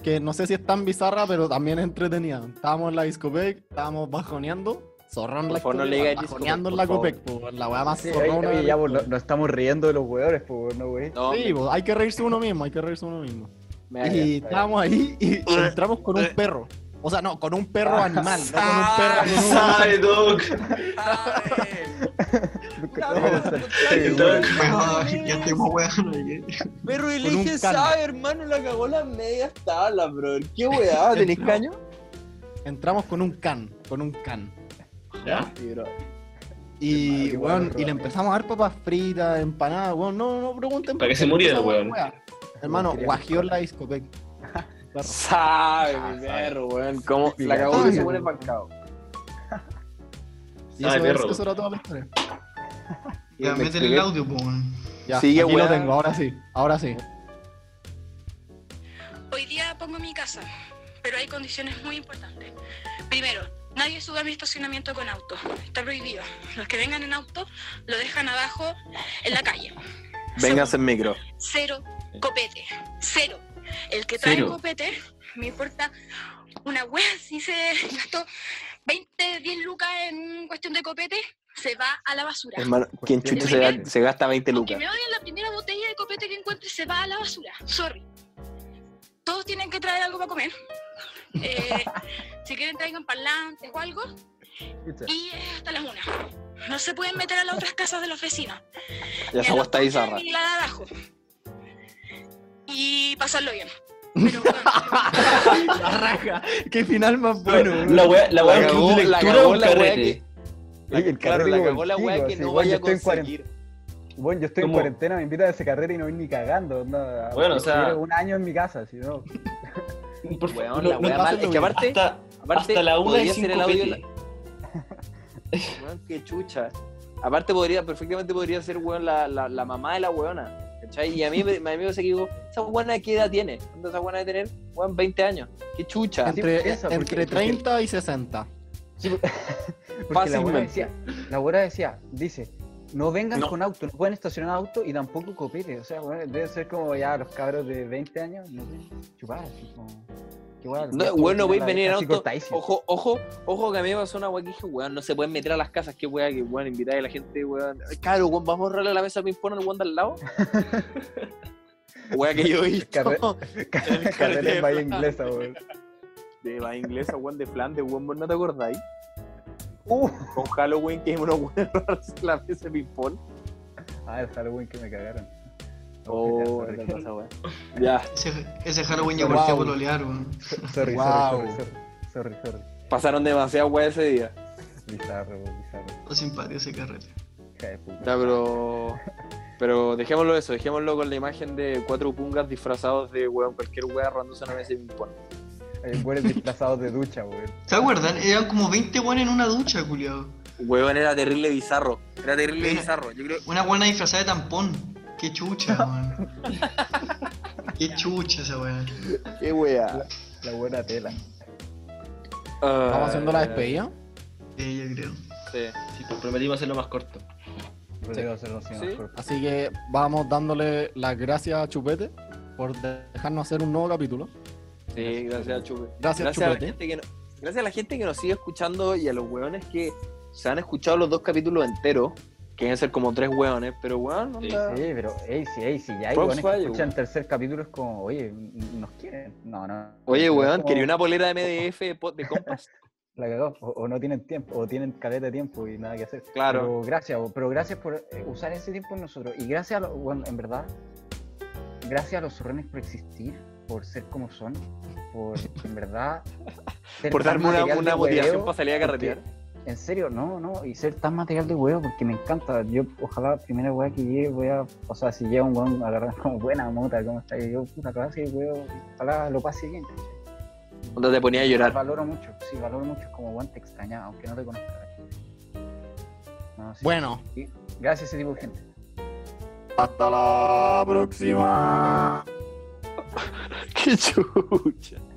[SPEAKER 2] que no sé si es tan bizarra, pero también es entretenida. Estábamos en la discopec, estábamos bajoneando. Zorrón
[SPEAKER 1] Por
[SPEAKER 2] la
[SPEAKER 1] favor, no
[SPEAKER 2] historia,
[SPEAKER 1] le digas
[SPEAKER 2] bajoneando en la
[SPEAKER 1] discopec, por
[SPEAKER 2] copec, po, la weá más
[SPEAKER 3] Sí, oye,
[SPEAKER 2] zorrona.
[SPEAKER 3] oye,
[SPEAKER 2] de
[SPEAKER 3] ya,
[SPEAKER 2] la
[SPEAKER 3] pues, no-
[SPEAKER 2] historia.
[SPEAKER 3] nos estamos riendo de los weones, pues, no, güey.
[SPEAKER 1] No,
[SPEAKER 2] Sí, po, hay que reírse uno mismo, hay que reírse uno mismo.
[SPEAKER 1] me, me
[SPEAKER 2] y estábamos ahí y
[SPEAKER 6] Eh,
[SPEAKER 2] entramos con un perro. O sea, no, con un perro
[SPEAKER 6] Ah,
[SPEAKER 2] animal, no con un perro. con un-
[SPEAKER 5] ¡Sabe, Doc!
[SPEAKER 4] Weón, ya estuvimos weón.
[SPEAKER 1] Pero
[SPEAKER 2] elige,
[SPEAKER 1] elige,
[SPEAKER 2] sabe,
[SPEAKER 1] sabe, hermano, la cagó las medias tablas, bro. ¿Qué weá? ¿Tenés caño?
[SPEAKER 2] Entramos con un can, con un can.
[SPEAKER 5] ¿Ya?
[SPEAKER 2] Y,
[SPEAKER 3] Qué mal,
[SPEAKER 2] weón,
[SPEAKER 3] qué mal.
[SPEAKER 2] y le empezamos a dar papas fritas, empanadas, weón. No, no, no pregunten.
[SPEAKER 5] Para que
[SPEAKER 2] por
[SPEAKER 5] se
[SPEAKER 2] qué
[SPEAKER 5] muriera,
[SPEAKER 2] empezamos,
[SPEAKER 5] weón.
[SPEAKER 2] wea. Hermano, guajió en la discoteca. Perro.
[SPEAKER 1] Sabe,
[SPEAKER 3] Ah,
[SPEAKER 1] mi
[SPEAKER 3] sabe.
[SPEAKER 1] perro, weón. ¿Cómo?
[SPEAKER 3] Sí,
[SPEAKER 1] La
[SPEAKER 3] ya.
[SPEAKER 1] cagó
[SPEAKER 2] Sabe,
[SPEAKER 1] y se
[SPEAKER 2] weón.
[SPEAKER 1] pone pancado.
[SPEAKER 2] Y
[SPEAKER 5] Ay,
[SPEAKER 2] eso,
[SPEAKER 5] perro.
[SPEAKER 2] eso era toda la historia.
[SPEAKER 1] Y me
[SPEAKER 4] Ya, métele
[SPEAKER 1] expliqué.
[SPEAKER 4] el audio, po, weón.
[SPEAKER 2] Ya,
[SPEAKER 1] Sigue,
[SPEAKER 2] aquí
[SPEAKER 1] weón.
[SPEAKER 2] lo tengo, ahora sí, ahora sí.
[SPEAKER 7] pongo mi casa, pero hay condiciones muy importantes. Primero, nadie sube a mi estacionamiento con auto, está prohibido. Los que vengan en auto lo dejan abajo en la calle.
[SPEAKER 1] Véngase en micro.
[SPEAKER 7] Cero copete, cero. El que trae
[SPEAKER 1] Cero.
[SPEAKER 7] copete, me importa una wea si se gastó 20, 10 lucas en cuestión de copete, se va a la basura.
[SPEAKER 1] Hermano, quien chucha se, da- se gasta 20
[SPEAKER 7] Aunque
[SPEAKER 1] lucas.
[SPEAKER 7] me odien la primera botella de copete que encuentre se va a la basura. Sorry. Todos tienen que traer algo para comer. Eh, si quieren traigan parlantes o algo. Y es hasta las una. No se pueden meter a las otras casas de los vecinos.
[SPEAKER 1] Ya se
[SPEAKER 7] Ni a los
[SPEAKER 1] aguanta
[SPEAKER 7] coches,
[SPEAKER 1] bizarra.
[SPEAKER 7] ni la de abajo. Y pasarlo bien. Pero bueno,
[SPEAKER 2] La raja. Qué final más bueno. weón.
[SPEAKER 5] La wea, la wea
[SPEAKER 1] La
[SPEAKER 5] del club
[SPEAKER 1] cagó,
[SPEAKER 5] de
[SPEAKER 1] la
[SPEAKER 5] lectura
[SPEAKER 1] cagó
[SPEAKER 5] o un
[SPEAKER 1] la wea
[SPEAKER 5] carrete.
[SPEAKER 1] La-
[SPEAKER 3] Oye, el
[SPEAKER 1] claro,
[SPEAKER 3] carrete
[SPEAKER 1] la
[SPEAKER 3] como
[SPEAKER 1] cagó
[SPEAKER 3] el
[SPEAKER 1] la weá
[SPEAKER 3] pico,
[SPEAKER 1] que
[SPEAKER 3] así,
[SPEAKER 1] no
[SPEAKER 3] weón,
[SPEAKER 1] vaya
[SPEAKER 3] yo
[SPEAKER 1] a
[SPEAKER 3] estoy en
[SPEAKER 1] conseguir.
[SPEAKER 3] Bueno, yo estoy
[SPEAKER 5] ¿Cómo?
[SPEAKER 3] en cuarentena, me invitan a ese carrete y no voy ni cagando. No,
[SPEAKER 5] Bueno, o sea-
[SPEAKER 3] prefiero Un año en mi casa, si no.
[SPEAKER 5] Por favor,
[SPEAKER 1] Weón, la
[SPEAKER 5] no-
[SPEAKER 1] weá
[SPEAKER 5] no-
[SPEAKER 1] mal. Es que aparte,
[SPEAKER 5] hasta,
[SPEAKER 1] aparte
[SPEAKER 5] hasta la una
[SPEAKER 1] podría
[SPEAKER 5] de
[SPEAKER 1] ser
[SPEAKER 5] cinco
[SPEAKER 1] el audio.
[SPEAKER 5] pete.
[SPEAKER 1] Weón, qué chucha. Aparte podría, perfectamente podría ser weón la, la, la mamá de la weona. ¿Cachai? Y a mí, me- a mí me se equivocó, esa weona qué edad tiene. ¿Cuánto esa weona debe tener? Weón, 20 años. Qué chucha.
[SPEAKER 3] Sí,
[SPEAKER 2] Entre,
[SPEAKER 3] eso, porque- porque-
[SPEAKER 2] entre 30 y 60.
[SPEAKER 3] Porque la abuela
[SPEAKER 1] Fácilmente.
[SPEAKER 3] decía, la abuela decía, dice, no vengan
[SPEAKER 1] No.
[SPEAKER 3] con auto, no pueden estacionar auto y tampoco copete. O sea, bueno, debe ser como ya los cabros de 20 años, no sé, chupar, así como. Qué guay, los
[SPEAKER 1] No,
[SPEAKER 3] gatos
[SPEAKER 1] weón,
[SPEAKER 3] tienen
[SPEAKER 1] no voy a
[SPEAKER 3] la
[SPEAKER 1] venir en
[SPEAKER 3] cabeza así
[SPEAKER 1] auto.
[SPEAKER 3] cortadísima.
[SPEAKER 1] Ojo, ojo, ojo que a mí me pasó una weá que dije, weón, no se pueden meter a las casas, qué weá, que weón, invitar a la gente, weón. Claro, weón, vamos a borrarle la mesa al ping-pong al weón de al lado. weá que yo he
[SPEAKER 3] Carre-
[SPEAKER 1] visto.
[SPEAKER 3] Car- Carrera en Bahía Inglesa, weón.
[SPEAKER 1] De la inglesa, weón, de Flandes, weón, vos no te acordáis.
[SPEAKER 3] Uh,
[SPEAKER 1] Con Halloween que unos weón borrarse la mesa de ping-pong.
[SPEAKER 3] ah, el Halloween que me cagaron.
[SPEAKER 1] Oh,
[SPEAKER 3] sorry,
[SPEAKER 1] es verdad esa weá. Ya,
[SPEAKER 4] Ese, ese Halloween ya partió a
[SPEAKER 2] Wow.
[SPEAKER 4] pololear, weón.
[SPEAKER 3] sorry, sorry,
[SPEAKER 2] Wow.
[SPEAKER 3] sorry, sorry, sorry, sorry.
[SPEAKER 1] pasaron demasiadas weá ese día.
[SPEAKER 3] Bizarro, weón, bizarro.
[SPEAKER 4] Todo simpático ese carrete.
[SPEAKER 3] Hija de puta.
[SPEAKER 1] Ya, pero. Pero dejémoslo eso, dejémoslo con la imagen de cuatro pungas disfrazados de weón, cualquier weá arrándose una mesa de ping-pong.
[SPEAKER 3] Eh, Güeyes disfrazados de ducha, weón.
[SPEAKER 4] ¿Te acuerdan? Eran como 20 weones en una ducha, culiado.
[SPEAKER 1] Huevón era terrible bizarro. Era terrible
[SPEAKER 4] Mira.
[SPEAKER 1] bizarro. Yo creo.
[SPEAKER 4] Una buena disfrazada de tampón. Qué chucha, weón. Qué chucha esa weá.
[SPEAKER 1] Qué wea.
[SPEAKER 3] La buena tela.
[SPEAKER 2] Vamos haciendo la despedida.
[SPEAKER 4] Eh, yo creo.
[SPEAKER 1] Ah, Sí.
[SPEAKER 5] Sí, pues prometimos hacerlo más corto.
[SPEAKER 3] Yo debo hacerlo así,
[SPEAKER 1] Sí.
[SPEAKER 3] mejor.
[SPEAKER 2] Así que vamos dándole las gracias a Chupete por dejarnos hacer un nuevo capítulo.
[SPEAKER 1] Sí, gracias a Chupe.
[SPEAKER 2] Gracias,
[SPEAKER 1] Gracias a, la
[SPEAKER 2] Chupete.
[SPEAKER 1] gente que no- gracias a la gente que nos sigue escuchando y a los hueones que se han escuchado los dos capítulos enteros. Que deben ser como tres hueones, pero weón, onda.
[SPEAKER 3] Sí, pero ey, sí, ey, sí, ya hay
[SPEAKER 1] Props
[SPEAKER 3] weones
[SPEAKER 1] for
[SPEAKER 3] que
[SPEAKER 1] you,
[SPEAKER 3] escuchan
[SPEAKER 1] weón.
[SPEAKER 3] tercer capítulo es como, oye, n- nos quieren. No, no.
[SPEAKER 1] Oye,
[SPEAKER 3] no,
[SPEAKER 1] weón,
[SPEAKER 3] como
[SPEAKER 1] quería una polera de MDF de, po- de compas.
[SPEAKER 3] La cagó, o, o no tienen tiempo, o tienen caleta de tiempo y nada que hacer.
[SPEAKER 1] Claro.
[SPEAKER 3] Pero gracias, weón, pero gracias por eh, usar ese tiempo en nosotros. Y gracias a los, bueno, en verdad, gracias a los zorrones por existir, por ser como son, por, en verdad, ser
[SPEAKER 1] Por
[SPEAKER 3] tan
[SPEAKER 1] darme una,
[SPEAKER 3] material de
[SPEAKER 1] una motivación
[SPEAKER 3] hueveo.
[SPEAKER 1] para salir a carretear.
[SPEAKER 3] En serio, no, no, y ser tan material de huevo porque me encanta. Yo, ojalá, primera weá que llegue, voy a. O sea, si llega un weón, agarrar como buena mota, como está. Y yo, puta, clase, weón, ojalá lo pase bien. ¿cachai?
[SPEAKER 1] Onda te ponía a llorar.
[SPEAKER 3] Valoro mucho, sí, valoro mucho como weón te extraña, aunque no te conozca. ¿cachai? No, sí.
[SPEAKER 2] Bueno,
[SPEAKER 3] Y Gracias a ese tipo de gente.
[SPEAKER 2] hasta la próxima.
[SPEAKER 1] Qué chucha.